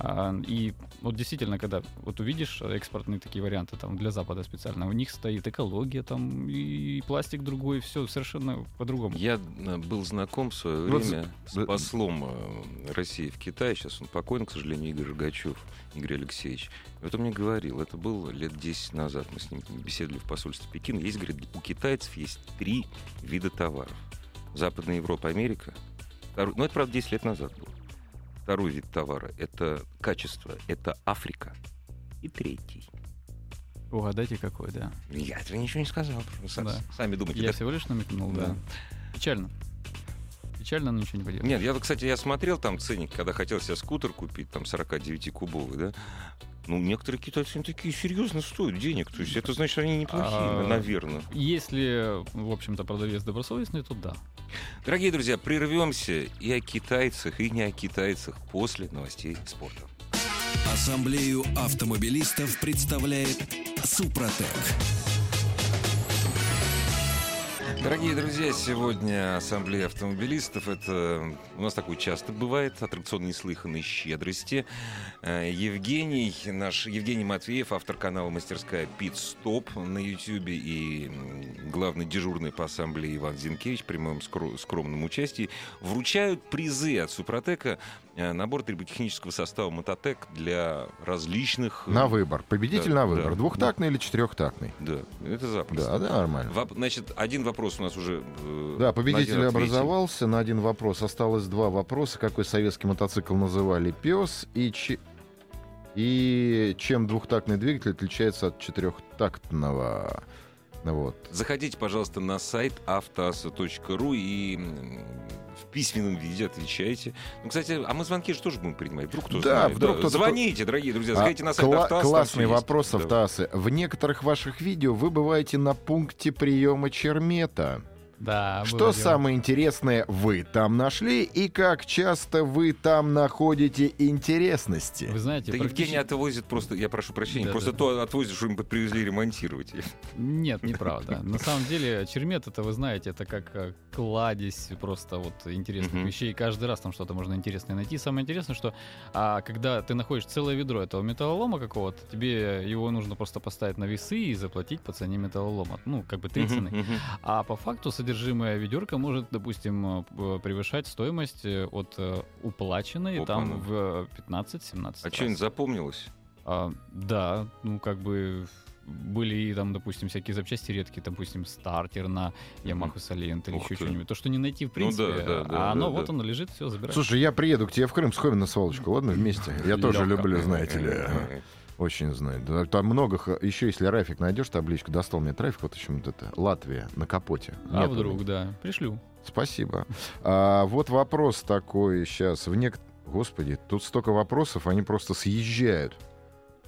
Speaker 3: А, И вот действительно, когда вот увидишь экспортные такие варианты там для Запада специально, у них стоит экология там и пластик другой, все совершенно по-другому.
Speaker 1: Я э, был знаком в свое
Speaker 3: Ну,
Speaker 2: Вот с-
Speaker 1: время
Speaker 2: да.
Speaker 1: с послом э, России в Китае. Сейчас он покойный, к сожалению, Игорь Рогачев, Игорь Алексеевич. И вот он мне говорил, это было лет 10 назад. Мы с ним беседовали в посольстве Пекина. Есть, говорит, у китайцев есть три вида товаров. Западная Европа, Америка. Второй- ну, это, правда, 10 лет назад было. Второй вид товара — это качество, это Африка. И третий.
Speaker 3: Угадайте, какой, да.
Speaker 1: Я этого ничего не сказал. Сам-
Speaker 3: Да.
Speaker 1: Сами думайте.
Speaker 3: Я
Speaker 1: как
Speaker 3: всего лишь намекнул, да.
Speaker 1: Ну, Да.
Speaker 3: Печально. Печально, но ничего не поделать.
Speaker 1: Нет, я, вот, кстати, я смотрел там ценник, когда хотел себе скутер купить, там 49-кубовый, да. Ну, некоторые китайцы, они такие серьезно стоят денег. То есть это значит, что они неплохие,
Speaker 3: А.
Speaker 1: наверное.
Speaker 3: Если, в общем-то, продавец добросовестный, то да.
Speaker 1: Дорогие друзья, прервемся и о китайцах, и не о китайцах после новостей спорта.
Speaker 5: Ассамблею автомобилистов представляет Супротек.
Speaker 1: Дорогие друзья, сегодня ассамблея автомобилистов. Это у нас такое часто бывает. Аттракцион неслыханной щедрости. Э, Евгений, наш Евгений Матвеев, автор канала «Мастерская Пит Стоп» на Ютьюбе и м, главный дежурный по ассамблее Иван Зинкевич при моем скро- скромном участии, вручают призы от Супротека, э, набор триботехнического состава «Мототек» для различных... э,
Speaker 2: На выбор. Победитель
Speaker 1: Да, да.
Speaker 2: на выбор. Двухтактный или четырехтактный?
Speaker 1: Да, это запросто.
Speaker 2: Да, да, нормально.
Speaker 1: Воп- значит, один вопрос у нас уже... э,
Speaker 2: Да, победитель
Speaker 1: Надя ответила.
Speaker 2: образовался на один вопрос. Осталось два вопроса. Какой советский мотоцикл называли «Пес» и, че- и чем двухтактный двигатель отличается от четырехтактного? Вот.
Speaker 1: Заходите, пожалуйста, на сайт автоаса.ру и м, в письменном виде отвечайте. Ну, кстати, а мы звонки же тоже будем принимать. Вдруг кто
Speaker 2: Да,
Speaker 1: знает.
Speaker 2: вдруг кто-то-
Speaker 1: Звоните, дорогие друзья,
Speaker 2: А,
Speaker 1: заходите на сайт
Speaker 2: кла-
Speaker 1: автоаса. там всё
Speaker 2: классный
Speaker 1: есть.
Speaker 2: вопрос,
Speaker 1: Да.
Speaker 2: Автоасы. В некоторых ваших видео вы бываете на пункте приема чермета.
Speaker 3: Да.
Speaker 2: Что
Speaker 3: было дело.
Speaker 2: самое интересное вы там нашли и как часто вы там находите интересности?
Speaker 3: Вы знаете,
Speaker 1: Да
Speaker 3: практи-
Speaker 1: Евгений отвозит просто, я прошу прощения,
Speaker 3: Да,
Speaker 1: просто
Speaker 3: да.
Speaker 1: то отвозит, что им привезли ремонтировать.
Speaker 3: Нет, неправда. На самом деле, чермет, это вы знаете, это как э, кладезь просто вот интересных
Speaker 1: Мгм.
Speaker 3: вещей. Каждый раз там что-то можно интересное найти. Самое интересное, что а, когда ты находишь целое ведро этого металлолома какого-то, тебе его нужно просто поставить на весы и заплатить по цене металлолома. Ну, как бы три цены.
Speaker 1: Мгм, мгм.
Speaker 3: А по факту содержимое ведерка может, допустим, э, п- превышать стоимость э, от э, уплаченной
Speaker 1: Опа, ну.
Speaker 3: там в э, 15-17
Speaker 1: А
Speaker 3: раз.
Speaker 1: что-нибудь запомнилось?
Speaker 3: А, да, ну как бы были и там, допустим, всякие запчасти редкие, допустим, стартер на Yamaha Salient или
Speaker 1: Ух
Speaker 3: еще
Speaker 1: ты. Ну
Speaker 3: что-нибудь. То, что не найти в принципе,
Speaker 1: да, да,
Speaker 3: а
Speaker 1: да,
Speaker 3: оно
Speaker 1: да,
Speaker 3: вот
Speaker 1: да.
Speaker 3: оно лежит, все забирает.
Speaker 2: Слушай, я приеду к тебе в Крым, сходим на свалочку, ладно, вместе? Я тоже
Speaker 3: Лёгко.
Speaker 2: люблю, знаете ли. Очень знаю. Да, Там много... х- Еще если Рафик найдешь табличку, достал мне трафик, вот еще вот это. Латвия на капоте.
Speaker 3: а
Speaker 2: Нет у
Speaker 3: вдруг,
Speaker 1: ну.
Speaker 2: меня.
Speaker 3: да, пришлю.
Speaker 2: Спасибо. А, вот вопрос такой сейчас. В нек... Господи, тут столько вопросов, они просто съезжают.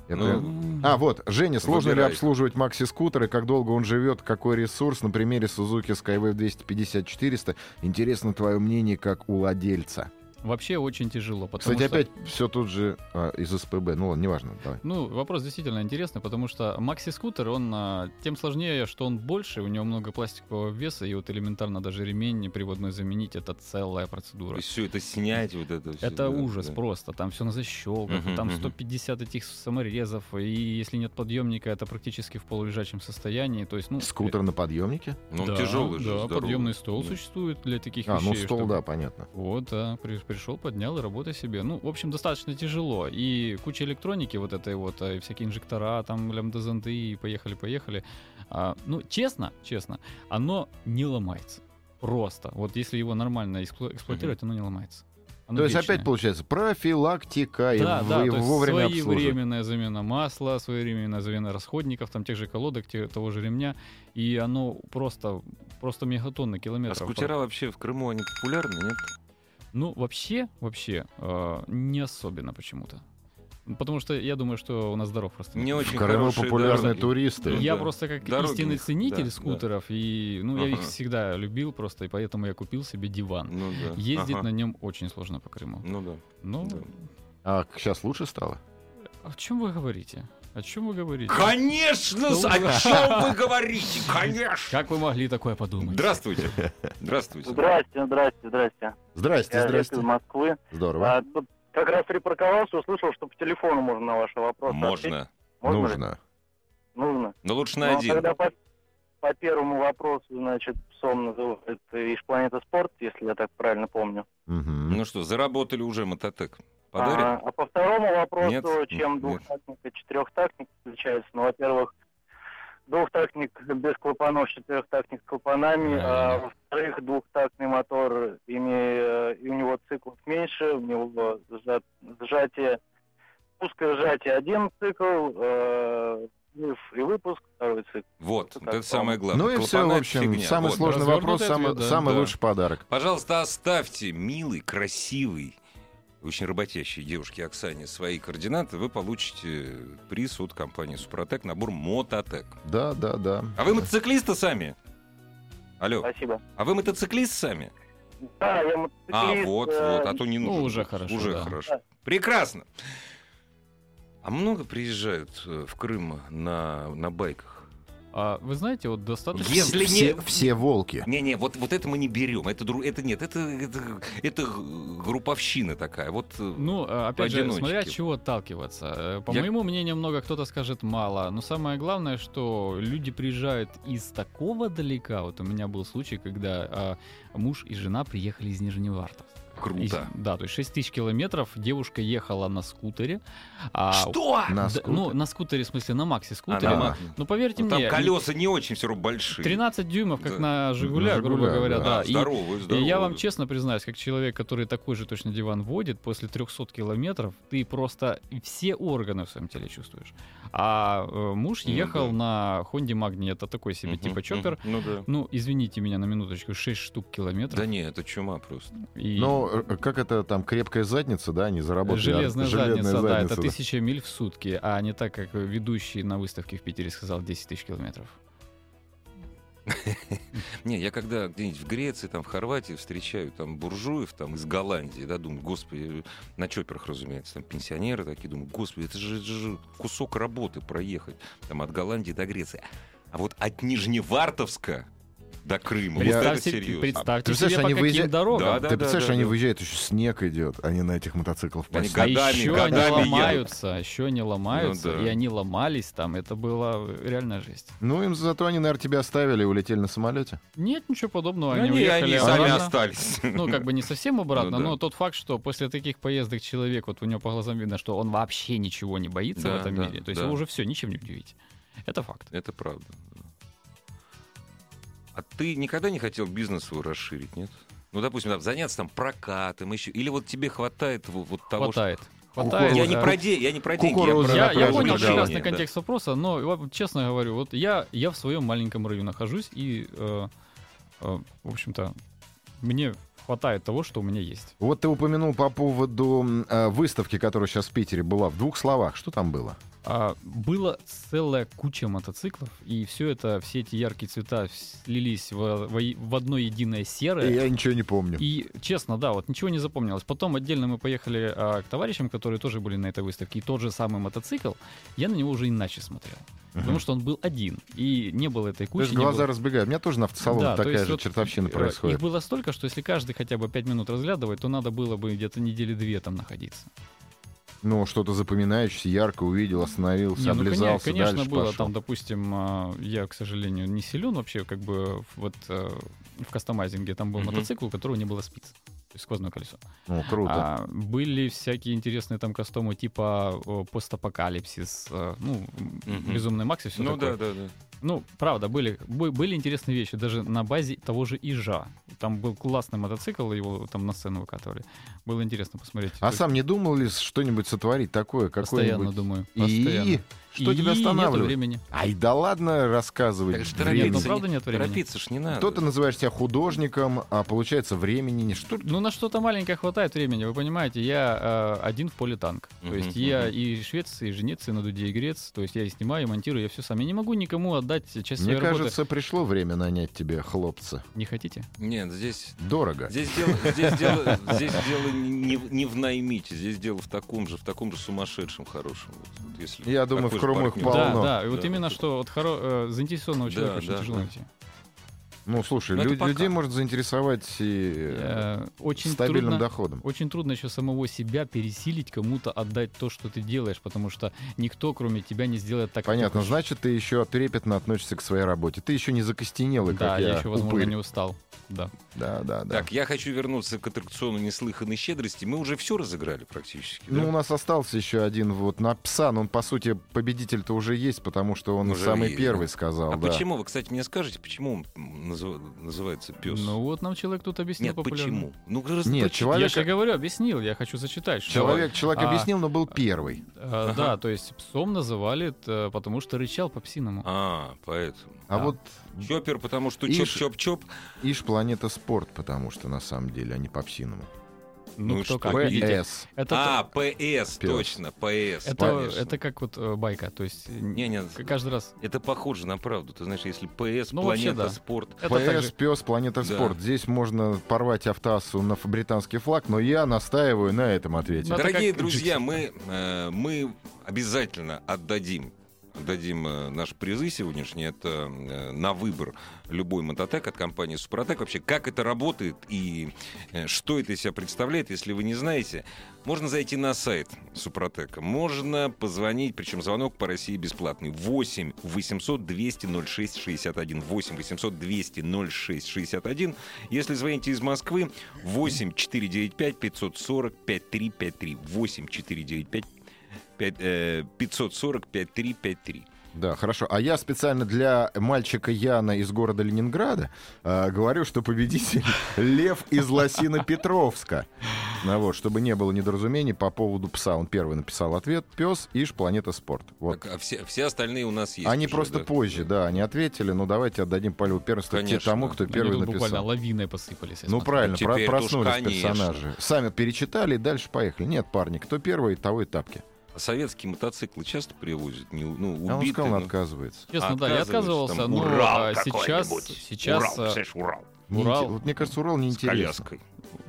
Speaker 2: Я
Speaker 1: Ну,
Speaker 2: прям- А, вот, Женя, сложно
Speaker 1: Выбирай.
Speaker 2: ли обслуживать макси-скутеры, как долго он живет, какой ресурс, на примере Suzuki Skyway 250-400. Интересно твое мнение как у владельца.
Speaker 3: Вообще очень тяжело. потому
Speaker 2: Кстати,
Speaker 3: что-
Speaker 2: опять все тут же а, из СПБ. Ну ладно, неважно, давай.
Speaker 3: Ну, вопрос действительно интересный, потому что макси-скутер, он а, тем сложнее, что он больше, у него много пластикового веса, и вот элементарно даже ремень приводной заменить, это целая процедура.
Speaker 1: Все это снять, вот это всё,
Speaker 3: Это
Speaker 1: да,
Speaker 3: ужас
Speaker 1: да.
Speaker 3: просто, там все на защелках,
Speaker 1: Мгм,
Speaker 3: там
Speaker 1: мгм.
Speaker 3: 150 этих саморезов, и если нет подъемника, это практически в полулежачем состоянии, то есть, ну...
Speaker 2: Скутер на подъемнике?
Speaker 1: Ну, он
Speaker 3: да,
Speaker 1: тяжелый же,
Speaker 3: Да,
Speaker 1: здоровый.
Speaker 3: подъемный стол
Speaker 1: Да.
Speaker 3: существует для таких
Speaker 2: А,
Speaker 3: вещей.
Speaker 2: ну стол,
Speaker 3: чтобы-
Speaker 2: да, понятно.
Speaker 3: Вот, да, при- пришел, поднял и работай себе. Ну, в общем, достаточно тяжело. И куча электроники вот этой вот, э, и всякие инжектора, там, лямбдозонты, и поехали-поехали. А, ну, честно, честно, оно не ломается. Просто. Вот если его нормально эксплу- эксплуатировать, оно не ломается. Оно
Speaker 2: То есть
Speaker 3: вечное.
Speaker 2: опять получается профилактика и
Speaker 3: ну, да,
Speaker 2: в-
Speaker 3: да,
Speaker 2: и
Speaker 3: то есть
Speaker 2: вовремя обслуживание.
Speaker 3: своевременная замена масла, своевременная замена расходников, там тех же колодок, те- того же ремня, и оно просто, просто мегатонны
Speaker 1: А
Speaker 3: километров.
Speaker 1: скутера вообще в Крыму они популярны, нет?
Speaker 3: Ну, вообще, вообще, э, не особенно почему-то. Ну, Потому что я думаю, что у нас дорог просто нет.
Speaker 1: Не
Speaker 2: В
Speaker 1: очень
Speaker 2: Крыму
Speaker 1: хорошие
Speaker 2: популярны
Speaker 1: дороги.
Speaker 2: туристы.
Speaker 1: Ну,
Speaker 3: Я
Speaker 1: да.
Speaker 3: просто как
Speaker 1: Дороги
Speaker 3: истинный
Speaker 1: их,
Speaker 3: ценитель
Speaker 1: да, да.
Speaker 3: скутеров, и ну, я их
Speaker 1: Ага.
Speaker 3: всегда любил просто, и поэтому я купил себе диван.
Speaker 1: Ну да.
Speaker 3: Ездить
Speaker 1: Ага.
Speaker 3: на нем очень сложно по Крыму.
Speaker 1: Ну да.
Speaker 3: Ну,
Speaker 1: Да.
Speaker 2: А сейчас лучше стало?
Speaker 3: о чем вы говорите? О чем вы говорите?
Speaker 1: Конечно,
Speaker 5: Ну,
Speaker 1: с- о чем вы говорите? Конечно.
Speaker 3: Как вы могли такое подумать?
Speaker 1: Здравствуйте. Здравствуйте.
Speaker 4: Здрасте, здрасте, здрасте.
Speaker 2: Здрасте,
Speaker 4: Я Олег из
Speaker 2: здрасте.
Speaker 4: Москвы.
Speaker 2: Здорово.
Speaker 4: А, тут как раз припарковался, услышал, что по телефону можно на ваши вопросы. ответить.
Speaker 1: Можно.
Speaker 4: Можно ли?
Speaker 2: Нужно.
Speaker 4: Нужно.
Speaker 1: Но лучше
Speaker 4: Ну,
Speaker 1: на
Speaker 4: а
Speaker 1: один.
Speaker 4: Тогда по, по первому вопросу, значит, сон называют Иж Планета Спорт, если я так правильно помню.
Speaker 2: Мгм.
Speaker 1: Ну что, заработали уже мототек. Подарим?
Speaker 4: А, а по второму вопросу,
Speaker 1: Нет,
Speaker 4: чем
Speaker 1: нет.
Speaker 4: двухтактник и четырехтактник отличается? Ну, во-первых, двухтактник без клапанов, четырехтактник с клапанами, а
Speaker 3: Правильно.
Speaker 4: во-вторых, двухтактный мотор, ими, э, и у него циклов меньше, у него сжа- сжатие, пуск и сжатие один цикл, э, лиф и выпуск второй цикл.
Speaker 1: Вот,
Speaker 4: Это
Speaker 1: вот это
Speaker 4: как
Speaker 1: самое главное.
Speaker 2: Ну и все, в
Speaker 1: Клапана
Speaker 2: общем,
Speaker 1: фигня.
Speaker 2: самый
Speaker 1: Вот.
Speaker 2: сложный
Speaker 3: Развернутый
Speaker 2: вопрос, самый,
Speaker 3: ответ, да.
Speaker 2: самый
Speaker 1: Да.
Speaker 2: лучший подарок.
Speaker 1: Пожалуйста, оставьте милый, красивый, очень работящей девушке Оксане свои координаты. Вы получите приз от компании «Супротек» набор «Мототек».
Speaker 2: Да, да, да.
Speaker 1: А вы мотоциклисты сами? Алло,
Speaker 4: Спасибо.
Speaker 1: а вы мотоциклист сами?
Speaker 4: Да, я
Speaker 1: А,
Speaker 4: мотоциклист.
Speaker 1: вот,
Speaker 4: э,
Speaker 1: вот, а то не
Speaker 3: Ну,
Speaker 1: нужно.
Speaker 3: уже хорошо,
Speaker 1: Уже
Speaker 3: да.
Speaker 1: хорошо. Прекрасно. А много приезжают э, в Крым на, на байках?
Speaker 3: А, вы знаете, вот достаточно...
Speaker 1: Если не-
Speaker 2: все, все волки.
Speaker 1: Не-не, вот, вот это мы не берем. Это, дру- это нет, это, это, это групповщина такая. Вот, э,
Speaker 3: Ну, э, опять же,
Speaker 1: Поодиночке.
Speaker 3: смотря от чего отталкиваться. Э, По
Speaker 1: Я-
Speaker 3: моему мнению, много кто-то скажет мало. Но самое главное, что люди приезжают из такого далека. Вот у меня был случай, когда э, муж и жена приехали из Нижневартовска. Из-
Speaker 1: круто.
Speaker 3: да, то есть 6 тысяч километров девушка ехала на скутере. а-
Speaker 1: Что?
Speaker 2: На
Speaker 3: Да,
Speaker 2: скутер.
Speaker 3: ну, на скутере, в смысле, на макси-скутере.
Speaker 1: А,
Speaker 2: на
Speaker 3: Ну,
Speaker 1: ма-
Speaker 3: Ну, поверьте
Speaker 1: Ну, там
Speaker 3: мне,
Speaker 1: колеса не очень все равно большие.
Speaker 3: 13 дюймов, как
Speaker 1: Да.
Speaker 3: на «Жигуля»,
Speaker 2: На
Speaker 3: грубо
Speaker 2: «Жигуля»,
Speaker 3: говоря,
Speaker 2: да.
Speaker 3: да.
Speaker 1: да,
Speaker 3: И-
Speaker 1: здоровые,
Speaker 3: И
Speaker 1: здоровые.
Speaker 3: я вам честно признаюсь, как человек, который такой же точно диван водит, после 300 километров ты просто все органы в своем теле чувствуешь. А э, муж
Speaker 1: Ну
Speaker 3: ехал
Speaker 1: да.
Speaker 3: на Хонде Магни, это такой себе
Speaker 1: Мгм,
Speaker 3: типа
Speaker 1: мгм.
Speaker 3: чоппер.
Speaker 1: Ну да.
Speaker 3: Ну, извините меня на минуточку, 6 штук
Speaker 1: Да
Speaker 3: километров.
Speaker 1: не, это чума просто.
Speaker 3: и
Speaker 2: Ну, э, как это там, крепкая задница, да, они заработали.
Speaker 3: Железная, задница, да, это
Speaker 2: да.
Speaker 3: тысяча миль в сутки, а не так, как ведущий на выставке в Питере сказал 10 тысяч километров.
Speaker 1: Не, я когда где-нибудь в Греции, там, в Хорватии встречаю там буржуев там из Голландии, да, думаю, господи, на чоперах, разумеется, там пенсионеры такие, думаю, господи, это же, это же кусок работы проехать там от Голландии до Греции. А вот от Нижневартовска до Крыма, вот это
Speaker 3: Представьте,
Speaker 1: серьезно.
Speaker 3: представьте
Speaker 2: Ты
Speaker 3: себе,
Speaker 2: знаешь,
Speaker 3: по
Speaker 2: они
Speaker 3: каким
Speaker 2: выезжают-
Speaker 3: дорогам.
Speaker 1: Да, да,
Speaker 2: Ты представляешь,
Speaker 1: да,
Speaker 2: они
Speaker 1: да.
Speaker 2: выезжают, еще снег идет, они на этих мотоциклах
Speaker 1: Они
Speaker 2: пасутся.
Speaker 3: А
Speaker 1: Годами,
Speaker 3: еще
Speaker 1: годами
Speaker 3: они
Speaker 1: едут.
Speaker 3: ломаются, еще они ломаются,
Speaker 1: Ну да.
Speaker 3: и они ломались там. Это была реальная жесть.
Speaker 2: Ну, им зато они, наверное, тебя оставили и улетели на самолете.
Speaker 3: Нет ничего подобного,
Speaker 1: Ну,
Speaker 3: они,
Speaker 1: не,
Speaker 3: уехали
Speaker 1: они сами
Speaker 3: обратно.
Speaker 1: остались.
Speaker 3: Ну, как бы не совсем обратно,
Speaker 1: Ну да.
Speaker 3: но тот факт, что после таких поездок человек, вот у него по глазам видно, что он вообще ничего не боится
Speaker 1: Да,
Speaker 3: в этом
Speaker 1: да,
Speaker 3: мире. То есть
Speaker 1: да.
Speaker 3: его уже все, ничем не удивить. Это факт.
Speaker 1: Это правда. А ты никогда не хотел бизнес свой расширить, нет? Ну, допустим, там, заняться там прокатом еще. Или вот тебе хватает вот, вот того,
Speaker 3: Хватает.
Speaker 1: что...
Speaker 3: Хватает.
Speaker 1: Я не
Speaker 3: да.
Speaker 1: про деньги, я не про деньги.
Speaker 2: Кукуруза,
Speaker 1: про-
Speaker 3: Я,
Speaker 2: Да,
Speaker 3: а я
Speaker 1: про
Speaker 3: понял
Speaker 1: желание,
Speaker 3: прекрасно
Speaker 1: да.
Speaker 3: контекст вопроса, но вот честно говорю, вот я, я в своем маленьком районе нахожусь, и, э, э, в общем-то, мне хватает того, что у меня есть.
Speaker 2: Вот ты упомянул по поводу м, э, выставки, которая сейчас в Питере была. В двух словах, что там было?
Speaker 3: А, было целая куча мотоциклов, и все это, все эти яркие цвета слились в, в, в одно единое серое.
Speaker 2: И я ничего не помню.
Speaker 3: Э, И честно, да, вот ничего не запомнилось. Потом отдельно мы поехали а, к товарищам, которые тоже были на этой выставке, и тот же самый мотоцикл, я на него уже иначе смотрел. Потому что он был один, и не было этой
Speaker 2: То
Speaker 3: кучи.
Speaker 2: есть
Speaker 3: не
Speaker 2: глаза
Speaker 3: было-
Speaker 2: разбегают. У меня тоже на автосалоне
Speaker 3: Да, то
Speaker 2: такая
Speaker 3: есть
Speaker 2: же
Speaker 3: вот,
Speaker 2: чертовщина
Speaker 3: э,
Speaker 2: происходит.
Speaker 3: Их было столько, что если каждый хотя бы 5 минут разглядывает, то надо было бы где-то недели две там находиться.
Speaker 2: Ну, что-то запоминающееся, ярко увидел, остановился,
Speaker 3: Не, ну, коня-
Speaker 2: облизался,
Speaker 3: конечно,
Speaker 2: дальше
Speaker 3: было
Speaker 2: пошел.
Speaker 3: там, допустим, а, я, к сожалению, не силен вообще, как бы в- вот э, в кастомайзинге там был
Speaker 1: Мгм.
Speaker 3: мотоцикл, у которого не было спиц, то есть сквозное колесо.
Speaker 2: Ну, круто.
Speaker 3: А, были всякие интересные там кастомы типа э, постапокалипсис, э, ну, м,
Speaker 1: Мгм.
Speaker 3: безумный Макс и все
Speaker 1: Ну
Speaker 3: такое.
Speaker 1: да, да, да.
Speaker 3: Ну, правда, были, бы- были интересные вещи, даже на базе того же Ижа. Там был классный мотоцикл, его там на сцену выкатывали. Было интересно посмотреть.
Speaker 2: А
Speaker 3: То
Speaker 2: сам не думал ли что-нибудь сотворить такое,
Speaker 3: есть Постоянно
Speaker 2: какое-нибудь?
Speaker 3: думаю.
Speaker 2: И
Speaker 3: Постоянно.
Speaker 2: что
Speaker 3: И
Speaker 2: тебя
Speaker 3: нету
Speaker 2: останавливает?
Speaker 3: времени.
Speaker 2: Ай, да ладно рассказывать.
Speaker 1: Так же
Speaker 2: времени.
Speaker 3: Нет, ну
Speaker 1: Времени.
Speaker 3: правда нет времени.
Speaker 1: Торопиться ж не надо.
Speaker 2: Кто ты называешь себя художником, а получается времени не что.
Speaker 3: Ну, на что-то маленькое хватает времени, вы понимаете, я э, один в поле танк. То
Speaker 1: Мгм,
Speaker 3: есть я
Speaker 1: мгм.
Speaker 3: и швец, и женец, и на дуде игрец. То есть я и снимаю, и монтирую, я все сам. Я не могу никому отдать часть
Speaker 2: Мне
Speaker 3: своей работы.
Speaker 2: кажется, пришло время нанять тебе хлопца.
Speaker 3: Не хотите?
Speaker 1: Нет, здесь...
Speaker 2: Дорого.
Speaker 1: Здесь дело, здесь дело, здесь дело не, не в наймите, здесь дело в таком же, в таком же сумасшедшем хорошем. Вот, вот если
Speaker 2: Я думаю,
Speaker 1: такой же
Speaker 2: в Крыму
Speaker 1: партнер.
Speaker 2: их Полно.
Speaker 3: Да, да. И вот
Speaker 1: Да,
Speaker 3: именно
Speaker 1: вот
Speaker 3: что от хоро... э, заинтересованного
Speaker 1: Да,
Speaker 3: человека очень
Speaker 1: да,
Speaker 3: тяжело
Speaker 1: да.
Speaker 3: найти.
Speaker 2: Ну, слушай,
Speaker 1: Ну, это
Speaker 2: лю-
Speaker 1: пока.
Speaker 2: людей может заинтересовать и э,
Speaker 3: Э, очень
Speaker 2: стабильным
Speaker 3: трудно.
Speaker 2: доходом.
Speaker 3: Очень трудно еще самого себя пересилить, кому-то отдать то, что ты делаешь, потому что никто, кроме тебя, не сделает так. как ты
Speaker 2: Понятно,
Speaker 3: хочешь.
Speaker 2: значит, ты еще трепетно относишься к своей работе. Ты еще не закостенелый,
Speaker 3: Да,
Speaker 2: как
Speaker 3: я,
Speaker 2: я.
Speaker 3: еще, возможно,
Speaker 2: упырь.
Speaker 3: не устал. Да.
Speaker 2: Да, да, да.
Speaker 1: Так, я хочу вернуться к аттракциону неслыханной щедрости. Мы уже все разыграли практически.
Speaker 2: Ну, у
Speaker 1: да? А
Speaker 2: нас остался еще один вот на Псан. Он, по сути, победитель-то уже есть, потому что он
Speaker 1: Уже
Speaker 2: самый
Speaker 1: есть,
Speaker 2: первый
Speaker 1: да.
Speaker 2: сказал.
Speaker 1: а
Speaker 2: да.
Speaker 1: почему, вы, кстати, мне скажете, почему он м, назыв- называется пес?
Speaker 3: Ну вот нам человек тут объяснил
Speaker 1: Нет,
Speaker 3: популярно.
Speaker 1: почему? Ну, раз-
Speaker 2: Нет,
Speaker 1: поч-
Speaker 3: Я
Speaker 2: человек,
Speaker 3: же говорю, объяснил, я хочу зачитать. что-
Speaker 2: человек, человек
Speaker 3: А.
Speaker 2: объяснил, но был первый.
Speaker 3: Э,
Speaker 1: Ага.
Speaker 3: Да, то есть псом называли, э, потому что рычал по псиному.
Speaker 1: А, поэтому.
Speaker 2: А
Speaker 3: Да.
Speaker 2: вот
Speaker 1: Чоппер, потому что
Speaker 2: Ишь.
Speaker 1: чоп-чоп-чоп.
Speaker 2: Ишь Планета Спорт, потому что на самом деле, а не по псиному.
Speaker 3: Ну,
Speaker 1: ну и что,
Speaker 3: кто как
Speaker 1: п-
Speaker 3: видите.
Speaker 2: ПС.
Speaker 3: Это,
Speaker 1: А, ПС, точно, ПС.
Speaker 3: это,
Speaker 1: конечно.
Speaker 3: это как вот э, байка, то есть э,
Speaker 1: Не, не,
Speaker 3: к- каждый раз.
Speaker 1: это похоже на правду. Ты знаешь, если ПС,
Speaker 3: Ну, вообще,
Speaker 1: планета,
Speaker 3: да.
Speaker 1: спорт.
Speaker 3: Это так
Speaker 2: ПС,
Speaker 3: же.
Speaker 2: пес, планета
Speaker 1: Да.
Speaker 2: спорт. Здесь можно порвать автасу на ф- британский флаг, но я настаиваю на этом ответе.
Speaker 3: Ну, это
Speaker 1: Дорогие
Speaker 3: как
Speaker 1: друзья, мы, э, мы обязательно отдадим отдадим э, наши призы сегодняшние. Это э, на выбор любой мототек от компании «Супротек». Вообще, как это работает и э, что это из себя представляет, если вы не знаете, можно зайти на сайт «Супротека». Можно позвонить, причем звонок по России бесплатный. 8 800 200 06 61. 8 800 200 06 61. Если звоните из Москвы, 8 495 540 5353. 8 495 пять, э, 540 5353.
Speaker 2: Да, хорошо. А я специально для мальчика Яна из города Ленинграда э, говорю, что победитель Лев из Лосино-Петровска. Ну вот, чтобы не было недоразумений по поводу пса. Он первый написал ответ. Пес, Иш, планета спорт. Вот.
Speaker 1: Так, а все, все остальные у нас есть.
Speaker 2: Они
Speaker 1: уже,
Speaker 2: просто
Speaker 1: да.
Speaker 2: позже, да, они ответили. Ну, давайте отдадим полю первенства те-
Speaker 1: Конечно.
Speaker 2: тому, кто
Speaker 3: Они
Speaker 2: первый
Speaker 3: тут буквально
Speaker 2: написал.
Speaker 3: лавиной посыпались. я
Speaker 2: Ну,
Speaker 3: смотрю.
Speaker 2: правильно, про-
Speaker 1: Теперь-то уж
Speaker 2: проснулись
Speaker 1: конечно.
Speaker 2: персонажи. Сами перечитали и дальше поехали. Нет, парни, кто первый, того и тапки.
Speaker 1: А Советские мотоциклы часто привозят, не, у- ну,
Speaker 2: А он
Speaker 1: убитые.
Speaker 2: сказал,
Speaker 1: ну,
Speaker 2: он отказывается.
Speaker 3: Честно, да, я
Speaker 1: отказываются,
Speaker 3: отказывался,
Speaker 1: там,
Speaker 3: но
Speaker 1: «Урал
Speaker 3: а, сейчас,
Speaker 1: какой-нибудь».
Speaker 3: сейчас,
Speaker 1: Урал,
Speaker 3: а,
Speaker 1: представляешь, Урал.
Speaker 2: Не
Speaker 3: Урал.
Speaker 2: инте- Вот мне кажется, Урал
Speaker 1: С
Speaker 2: неинтересно.
Speaker 1: коляской.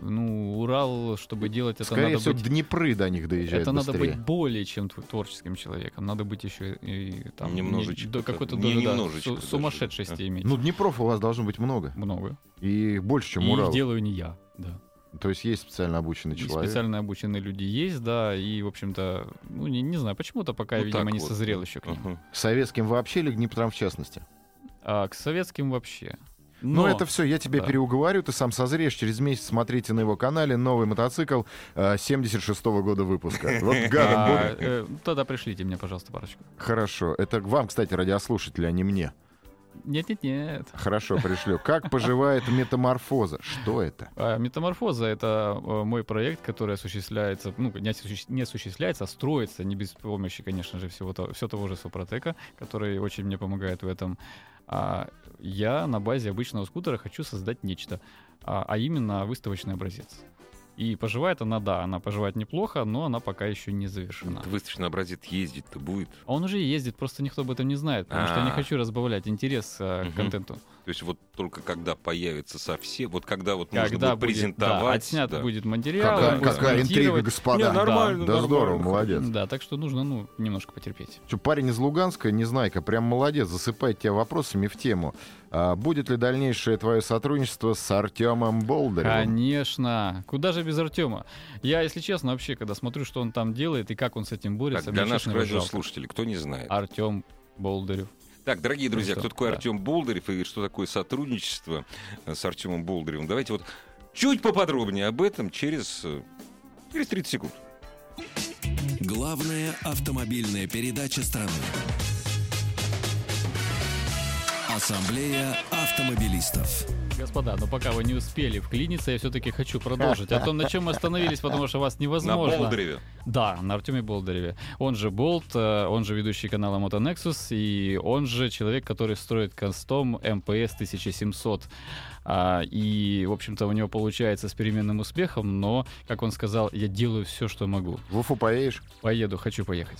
Speaker 3: ну, Урал, чтобы делать это,
Speaker 2: Скорее
Speaker 3: надо
Speaker 2: всего,
Speaker 3: быть...
Speaker 2: Днепры до них доезжают
Speaker 3: Это надо
Speaker 2: быстрее.
Speaker 3: быть более чем тв- творческим человеком. Надо быть еще и, там... не-
Speaker 1: Немножечко
Speaker 3: до
Speaker 1: так.
Speaker 3: какой-то
Speaker 1: Не
Speaker 3: доли, да,
Speaker 1: немножечко
Speaker 3: су-
Speaker 1: даже.
Speaker 3: сумасшедшести иметь.
Speaker 2: Ну, Днепров у вас должно быть много.
Speaker 3: Много.
Speaker 2: И больше, чем
Speaker 3: и
Speaker 2: Урал.
Speaker 3: их делаю не я, да.
Speaker 2: То есть есть специально обученный
Speaker 3: И
Speaker 2: человек.
Speaker 3: Специально обученные люди есть, да, и, в общем-то, ну, не, не знаю, почему-то пока,
Speaker 1: Ну,
Speaker 3: видимо,
Speaker 1: так
Speaker 3: не
Speaker 1: вот.
Speaker 3: созрел еще к ним.
Speaker 1: Мгм.
Speaker 2: К Советским вообще или к Днепром в частности?
Speaker 3: А к советским вообще.
Speaker 2: Но,
Speaker 1: Ну,
Speaker 3: Но
Speaker 2: это все, я тебя
Speaker 3: Да.
Speaker 2: переуговорю, ты сам созреешь. Через месяц смотрите на его канале новый мотоцикл э, 76-го года выпуска. Вот гадом буду.
Speaker 3: а, э, тогда пришлите мне, пожалуйста, парочку.
Speaker 2: Хорошо. Это к вам, кстати, радиослушатели, а не мне.
Speaker 3: Нет-нет-нет.
Speaker 2: Хорошо, пришлю. Как поживает метаморфоза? Что это?
Speaker 3: А, Метаморфоза — это э, мой проект, который осуществляется, ну, не осуществ- не осуществляется, а строится не без помощи, конечно же, всего того, все того же Супротека, который очень мне помогает в этом. А, я на базе обычного скутера хочу создать нечто, а, а именно выставочный образец. И поживает она, да, она поживает неплохо, но она пока еще не завершена.
Speaker 1: Выставочный образец ездить-то будет.
Speaker 3: А Он уже ездит, просто никто об этом не знает, потому что я не
Speaker 1: А.
Speaker 3: хочу разбавлять интерес э,
Speaker 1: Мгм.
Speaker 3: к контенту.
Speaker 1: То есть вот только когда появится совсем, вот когда вот можно
Speaker 3: Когда
Speaker 1: будет
Speaker 3: будет,
Speaker 1: презентовать.
Speaker 3: да, отснят
Speaker 1: да.
Speaker 3: будет материал,
Speaker 2: Какая,
Speaker 3: будет
Speaker 2: какая интрига,
Speaker 3: монтировать.
Speaker 2: господа.
Speaker 3: Не, нормально,
Speaker 2: да здорово, молодец.
Speaker 3: Да, так что нужно, ну, немножко потерпеть.
Speaker 2: Чё, парень из Луганска, Незнайка, прям молодец, засыпает тебя вопросами в тему. А будет ли дальнейшее твое сотрудничество с Артемом Болдыревым?
Speaker 3: Конечно. Куда же без Артема? Я, если честно, вообще, когда смотрю, что он там делает и как он с этим
Speaker 1: Так,
Speaker 3: борется,
Speaker 1: для
Speaker 3: мне, честно,
Speaker 1: наших
Speaker 3: его жалко. А
Speaker 1: радиослушателей, кто не знает.
Speaker 3: Артем Болдырев.
Speaker 1: Так, дорогие
Speaker 3: Ну
Speaker 1: друзья,
Speaker 3: что,
Speaker 1: кто такой
Speaker 3: да.
Speaker 1: Артем Болдырев и что такое сотрудничество э, с Артемом Болдыревым? Давайте вот чуть поподробнее об этом через, э, через 30 секунд.
Speaker 5: Главная автомобильная передача страны. Ассамблея автомобилистов.
Speaker 3: Господа, но пока вы не успели вклиниться, я все-таки хочу продолжить о том, на чем мы остановились, потому что вас невозможно...
Speaker 1: На Болдыреве.
Speaker 3: Да, на Артеме Болдыреве. Он же Болт, э, он же ведущий канала Мотонексус, и он же человек, который строит кастом МПС 1700. А, И, в общем-то, у него получается с переменным успехом, но, как он сказал, я делаю все, что могу.
Speaker 2: В Уфу поедешь?
Speaker 3: Поеду, хочу поехать.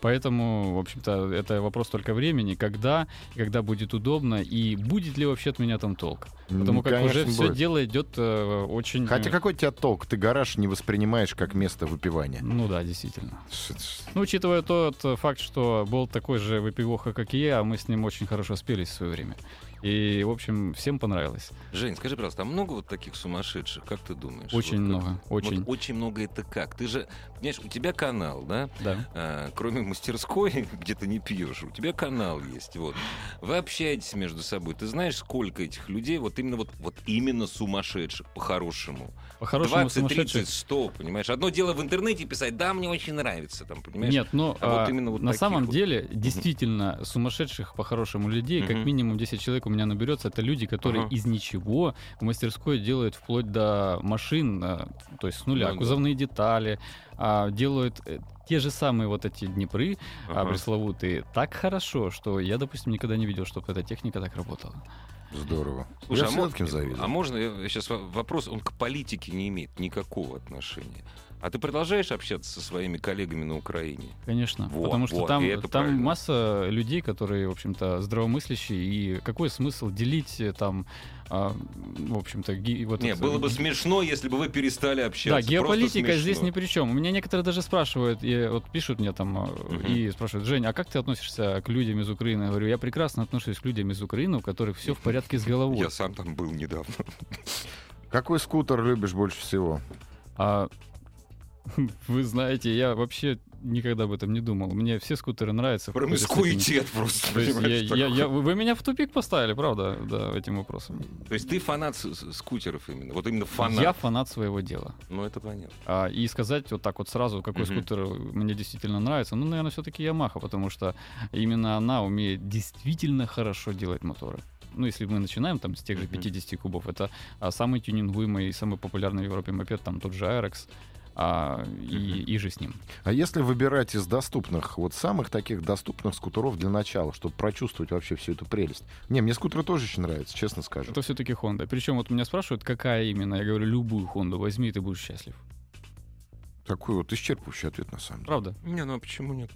Speaker 3: Поэтому, в общем-то, это вопрос только времени, когда, когда будет удобно, и будет ли вообще от меня там толк. Потому
Speaker 2: М,
Speaker 3: как
Speaker 2: Ну, конечно,
Speaker 3: уже все
Speaker 2: будет.
Speaker 3: дело идет э, очень... э,
Speaker 2: Хотя какой у тебя толк? Ты гараж не воспринимаешь как место выпивания.
Speaker 3: Ну да, действительно.
Speaker 2: Ш- ш-
Speaker 3: Ну, учитывая тот э, факт, что был такой же выпивоха, как и я, мы с ним очень хорошо спелись в свое время. И, в общем, всем понравилось.
Speaker 1: Жень, скажи, пожалуйста, а много вот таких сумасшедших, как ты думаешь?
Speaker 3: Очень
Speaker 1: Вот как-
Speaker 3: много, очень.
Speaker 1: Вот очень много это как? Ты же, понимаешь, у тебя канал, да?
Speaker 3: Да.
Speaker 1: А, кроме мастерской, где ты не пьешь, у тебя канал есть. Вот. Вы общаетесь между собой. Ты знаешь, сколько этих людей, вот именно вот, вот именно сумасшедших, по-хорошему.
Speaker 3: По-хорошему
Speaker 1: 20, 30,
Speaker 3: сумасшедший.
Speaker 1: 100, понимаешь? Одно дело в интернете писать, да, мне очень нравится, там, понимаешь?
Speaker 3: Нет, но
Speaker 1: А вот
Speaker 3: а,
Speaker 1: именно вот
Speaker 3: на
Speaker 1: таких
Speaker 3: самом
Speaker 1: вот.
Speaker 3: деле действительно сумасшедших по-хорошему людей, как
Speaker 1: Мгм.
Speaker 3: минимум 10 человек у меня наберется. Это люди, которые
Speaker 1: Ага.
Speaker 3: из ничего в мастерской делают вплоть до машин, а, то есть с нуля,
Speaker 1: Ну да.
Speaker 3: кузовные детали, а, делают э, те же самые вот эти Днепры а,
Speaker 1: Ага.
Speaker 3: пресловутые так хорошо, что я, допустим, никогда не видел, чтобы эта техника так работала.
Speaker 2: Здорово.
Speaker 1: Слушай,
Speaker 2: я
Speaker 1: а
Speaker 2: всегда таким
Speaker 1: мо-
Speaker 2: завидую.
Speaker 1: А можно, я сейчас вопрос, он к политике не имеет никакого отношения. А ты продолжаешь общаться со своими коллегами на Украине?
Speaker 3: Конечно,
Speaker 1: Во,
Speaker 3: потому что
Speaker 1: во,
Speaker 3: там,
Speaker 1: и это
Speaker 3: там
Speaker 1: правильно.
Speaker 3: масса людей, которые, в общем-то, здравомыслящие, и какой смысл делить э, там, а, в общем-то, ги- вот
Speaker 1: Не,
Speaker 3: это-
Speaker 1: было бы смешно, если бы вы перестали общаться.
Speaker 3: Да,
Speaker 1: Просто
Speaker 3: геополитика
Speaker 1: смешно.
Speaker 3: здесь ни при чем. У меня некоторые даже спрашивают, и вот пишут мне там э,
Speaker 1: Мгм.
Speaker 3: и спрашивают, Жень, а как ты относишься к людям из Украины? Я говорю, я прекрасно отношусь к людям из Украины, у которых все в порядке с головой.
Speaker 1: Я сам там был недавно.
Speaker 2: Какой скутер любишь больше всего?
Speaker 3: А, вы знаете, я вообще никогда об этом не думал. Мне все скутеры нравятся. в какой-то степени.
Speaker 1: Промискуитет просто,
Speaker 3: То есть
Speaker 1: понимаешь,
Speaker 3: я- я-
Speaker 1: такой.
Speaker 3: я- вы вы меня в тупик поставили, правда, да, этим вопросом.
Speaker 1: То есть ты фанат с- с- скутеров именно, вот именно фанат.
Speaker 3: Я фанат своего дела.
Speaker 1: Ну, это понятно.
Speaker 3: А, и сказать вот так вот сразу, какой
Speaker 1: Мгм.
Speaker 3: скутер мне действительно нравится, ну, наверное, все-таки Ямаха, потому что именно она умеет действительно хорошо делать моторы. Ну, если мы начинаем там с тех же
Speaker 1: Мгм.
Speaker 3: 50 кубов, это а, самый тюнингуемый и самый популярный в Европе мопед, там тот же Aerox, а, и,
Speaker 1: Мгм.
Speaker 3: и же с ним.
Speaker 2: А если выбирать из доступных, вот самых таких доступных скутеров для начала, чтобы прочувствовать вообще всю эту прелесть? Не, мне скутеры тоже очень нравятся, честно скажу.
Speaker 3: Это все-таки Honda. Причем вот меня спрашивают, какая именно, я говорю, любую Honda возьми, и ты будешь счастлив.
Speaker 2: Такой вот исчерпывающий ответ, на самом деле.
Speaker 3: Правда?
Speaker 1: Не, ну а почему нет?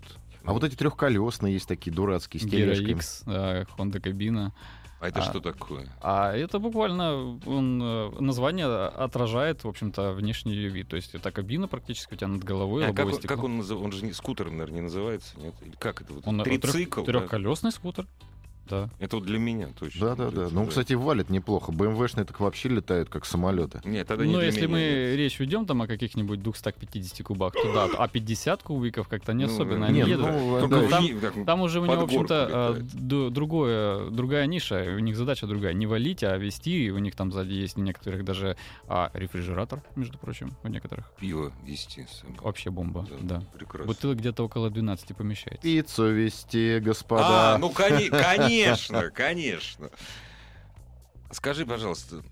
Speaker 2: А вот эти трехколесные есть такие дурацкие с
Speaker 3: Гера
Speaker 2: тележками.
Speaker 3: X, а, Honda кабина.
Speaker 1: А это
Speaker 3: А.
Speaker 1: что такое?
Speaker 3: А это буквально он, э, название отражает, в общем-то, внешний ее вид. То есть это кабина практически у тебя над головой.
Speaker 1: А как,
Speaker 3: лобовое
Speaker 1: он-
Speaker 3: стекло.
Speaker 1: как он называется? Он же не, скутером, наверное, не называется, нет? Или как это? Вот?
Speaker 3: Он, э,
Speaker 1: Трицикл?
Speaker 3: трех-
Speaker 1: да?
Speaker 3: Трехколесный скутер. Да.
Speaker 1: Это вот для меня точно. э,
Speaker 2: Да-да-да.
Speaker 1: Это,
Speaker 2: Ну, кстати, валит неплохо. БМВшные так вообще летают, как самолеты.
Speaker 1: Нет, тогда не
Speaker 3: Но
Speaker 1: для
Speaker 3: Ну, если
Speaker 1: меня,
Speaker 3: мы
Speaker 1: нет.
Speaker 3: речь ведем там о каких-нибудь 250 кубах, то да. А 50 кубиков как-то не
Speaker 1: Ну,
Speaker 3: особенно.
Speaker 1: да.
Speaker 3: Они
Speaker 2: Нет,
Speaker 3: едут.
Speaker 2: ну,
Speaker 1: Только
Speaker 2: да,
Speaker 1: в
Speaker 3: там-
Speaker 1: ней, так,
Speaker 3: Там уже у него, в
Speaker 1: под горку
Speaker 3: общем-то, э,
Speaker 1: летает.
Speaker 3: д- другое, другая ниша. У них задача другая. Не валить, а вести. И У них там сзади есть у некоторых даже а, рефрижератор, между прочим, у некоторых.
Speaker 1: пиво вести. с собой.
Speaker 3: Вообще бомба, да.
Speaker 1: Прекрасно.
Speaker 3: Бутылок где-то около 12 помещается.
Speaker 2: Пиццу вести, господа.
Speaker 1: А, ну, кони- конечно, конечно. Скажи, пожалуйста,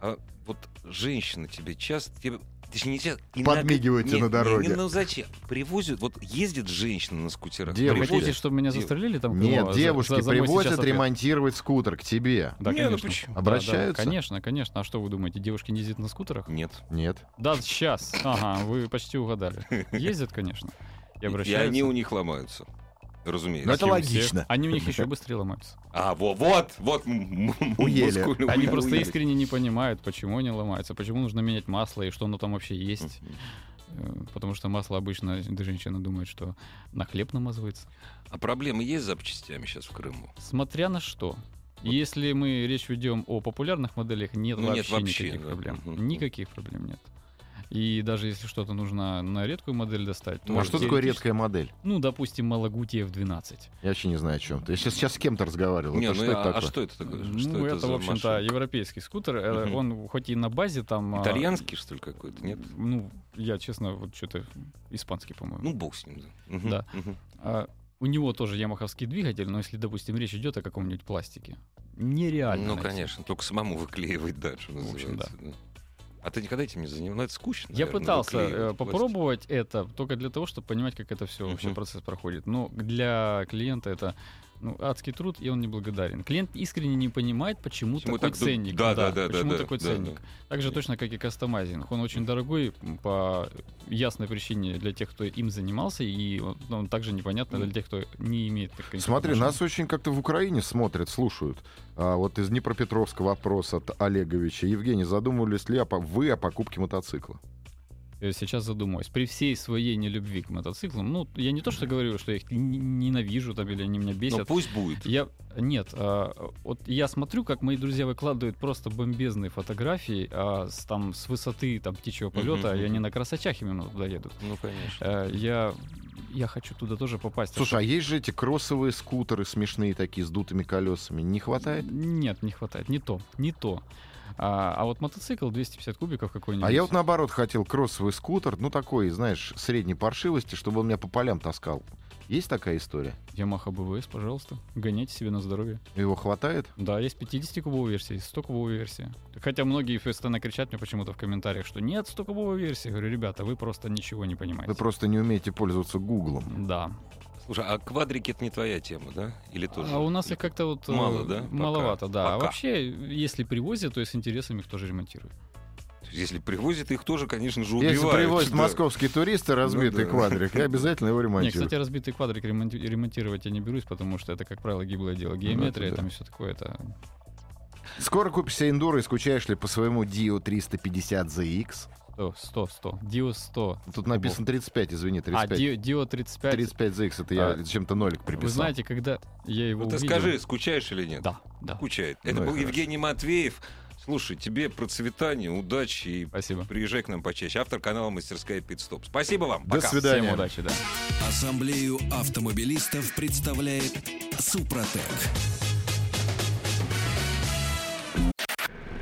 Speaker 1: а вот женщина тебе часто... тебе- Точнее, нельзя. иногда-
Speaker 2: Подмигиваете
Speaker 1: не-
Speaker 2: на
Speaker 1: не-
Speaker 2: дороге.
Speaker 1: не, ну зачем? Привозят, вот ездит женщина на скутерах.
Speaker 2: Девушки.
Speaker 1: привозят-
Speaker 3: Хотите, чтобы меня
Speaker 1: Дев-
Speaker 3: застрелили там?
Speaker 2: Нет,
Speaker 3: кого? За-
Speaker 2: девушки
Speaker 3: за- за мой сейчас
Speaker 2: привозят
Speaker 3: ответ.
Speaker 2: ремонтировать скутер к тебе.
Speaker 3: Да,
Speaker 1: Не, ну
Speaker 3: конечно.
Speaker 1: почему?
Speaker 3: Да, да,
Speaker 2: Обращаются?
Speaker 3: конечно, конечно. А что вы думаете, девушки не ездят на скутерах?
Speaker 1: Нет.
Speaker 2: Нет.
Speaker 3: Да, сейчас. Ага, вы почти угадали. Ездят, конечно. И
Speaker 1: И
Speaker 3: обращаются.
Speaker 1: они у них ломаются. Разумеется.
Speaker 2: Ну, это
Speaker 3: Как и у
Speaker 2: логично.
Speaker 3: всех. Они у них еще быстрее ломаются.
Speaker 1: А, во, вот, вот. м- м-
Speaker 2: Уели.
Speaker 1: мускулы
Speaker 3: Они
Speaker 1: уели.
Speaker 3: просто искренне не понимают, почему они ломаются, почему нужно менять масло и что оно там вообще есть. Э, Потому что масло обычно да, женщина думает, что на хлеб намазывается.
Speaker 1: А проблемы есть с запчастями сейчас в Крыму?
Speaker 3: Смотря на что. Если мы речь ведем о популярных моделях, нет,
Speaker 1: Ну,
Speaker 3: вообще,
Speaker 1: нет вообще,
Speaker 3: никаких
Speaker 1: да.
Speaker 3: проблем.
Speaker 1: Мгм.
Speaker 3: Никаких проблем нет. И даже если что-то нужно на редкую модель достать,
Speaker 1: Ну,
Speaker 3: то...
Speaker 2: А что такое
Speaker 3: теоретически-
Speaker 2: редкая модель?
Speaker 3: Ну, допустим, Малагутиев 12.
Speaker 2: Я вообще не знаю, о чем ты. Я сейчас, с кем-то разговаривал.
Speaker 1: Не,
Speaker 2: это
Speaker 1: ну,
Speaker 2: что это
Speaker 1: а, а
Speaker 2: такое?
Speaker 1: что это такое?
Speaker 3: ну,
Speaker 1: что
Speaker 3: это,
Speaker 1: это, за
Speaker 3: в общем-то,
Speaker 1: машина?
Speaker 3: европейский скутер. Э,
Speaker 1: Мгм.
Speaker 3: Он хоть и на базе там... а,
Speaker 1: Итальянский, что ли, какой-то? Нет?
Speaker 3: Ну, я, честно, вот что-то испанский, по-моему.
Speaker 1: Ну, бог с ним, да. Мгм,
Speaker 3: Да.
Speaker 1: мгм.
Speaker 3: А, у него тоже ямаховский двигатель, но если, допустим, речь идет о каком-нибудь пластике, нереально.
Speaker 1: Ну,
Speaker 3: найти.
Speaker 1: конечно, только самому выклеивать дальше.
Speaker 3: В общем,
Speaker 1: А ты никогда этим не занимался? Ну, это скучно.
Speaker 3: Я
Speaker 1: наверное,
Speaker 3: пытался э,
Speaker 1: выклеивать пластик.
Speaker 3: попробовать это только для того, чтобы понимать, как это все вообще
Speaker 1: Мгм.
Speaker 3: процесс проходит. Но для клиента это ну, адский труд, и он неблагодарен. Клиент искренне не понимает, почему,
Speaker 1: Почему
Speaker 3: такой
Speaker 1: так ду-
Speaker 3: ценник. Ну
Speaker 1: Да, да, да, да,
Speaker 3: Почему
Speaker 1: да,
Speaker 3: такой
Speaker 1: да,
Speaker 3: ценник?
Speaker 1: да.
Speaker 3: Так же точно, как и кастомайзинг. Он очень дорогой м, по ясной причине для тех, кто им занимался, и он, он также непонятно для тех, кто не имеет. такой
Speaker 2: Смотри,
Speaker 3: машины.
Speaker 2: нас очень как-то в Украине смотрят, слушают. А вот из Днепропетровска вопрос от Олеговича. Евгений, задумывались ли о по- вы о покупке мотоцикла?
Speaker 3: Э, сейчас задумаюсь. При всей своей нелюбви к мотоциклам, ну, я не то что говорю, что я их н- ненавижу там или они меня
Speaker 1: Ну,
Speaker 3: бесят.
Speaker 1: пусть будет.
Speaker 3: Я нет, а, вот я смотрю, как мои друзья выкладывают просто бомбезные фотографии а, с там с высоты там птичьего полета,
Speaker 1: Мгм,
Speaker 3: и они
Speaker 1: мгм.
Speaker 3: на красотях именно туда едут.
Speaker 1: Ну, конечно.
Speaker 3: Э, я я хочу туда тоже попасть.
Speaker 2: Слушай, а есть же эти кроссовые скутеры смешные такие с дутыми колесами. Не хватает?
Speaker 3: Нет, не хватает, не то, не то. А, а вот мотоцикл 250 кубиков какой-нибудь.
Speaker 2: А я вот наоборот хотел кроссовый скутер, ну такой, знаешь, средней паршивости, чтобы он меня по полям таскал. Есть такая история?
Speaker 3: Yamaha BVS, пожалуйста, гоняйте себе на здоровье.
Speaker 2: Его хватает?
Speaker 3: Да, есть 50-кубовая версия, есть 100-кубовая версия. Хотя многие постоянно кричат мне почему-то в комментариях, что нет 100-кубовой версии. Я говорю, ребята, вы просто ничего не понимаете.
Speaker 2: Вы просто не умеете пользоваться гуглом.
Speaker 3: Да.
Speaker 1: Слушай, а квадрики это не твоя тема, да? Или тоже?
Speaker 3: А у нас их как-то вот э,
Speaker 1: Мало, да?
Speaker 3: маловато,
Speaker 1: Пока.
Speaker 3: да. А
Speaker 1: Пока.
Speaker 3: вообще, если привозят, то и с интересами их тоже ремонтируют.
Speaker 1: То есть, Если привозят, их тоже, конечно же, убивают.
Speaker 2: Если привозят
Speaker 1: да.
Speaker 2: московские туристы разбитый
Speaker 1: да.
Speaker 2: квадрик, я обязательно его
Speaker 3: Ну Не,
Speaker 2: ремонтирую.
Speaker 3: кстати, разбитый квадрик ремонти- ремонтировать я не берусь, потому что это, как правило, гиблое
Speaker 1: Ну,
Speaker 3: дело. Геометрия
Speaker 2: да.
Speaker 3: там и все такое. Это...
Speaker 2: Скоро купишь себе эндуро и скучаешь ли по своему Dio 350 ZX?
Speaker 3: 100, 100, 100. Дио 100.
Speaker 2: Тут написано 35, извини, 35.
Speaker 3: А, Дио, Дио 35.
Speaker 2: 35 ZX, это я
Speaker 3: А,
Speaker 2: чем-то нолик
Speaker 3: Вы
Speaker 2: приписал.
Speaker 3: знаете, когда я его
Speaker 1: Ну, ты
Speaker 3: увидел...
Speaker 1: скажи, скучаешь или нет?
Speaker 3: Да, да.
Speaker 1: Скучает. Это
Speaker 2: Ну и
Speaker 1: был
Speaker 2: хорошо.
Speaker 1: Евгений Матвеев. Слушай, тебе процветания, удачи и
Speaker 3: Спасибо.
Speaker 1: приезжай к нам почаще. Автор канала «Мастерская Пидстоп». Спасибо вам.
Speaker 2: До
Speaker 1: Пока.
Speaker 2: свидания.
Speaker 3: Всем удачи, да.
Speaker 5: Ассамблею автомобилистов представляет Супротек.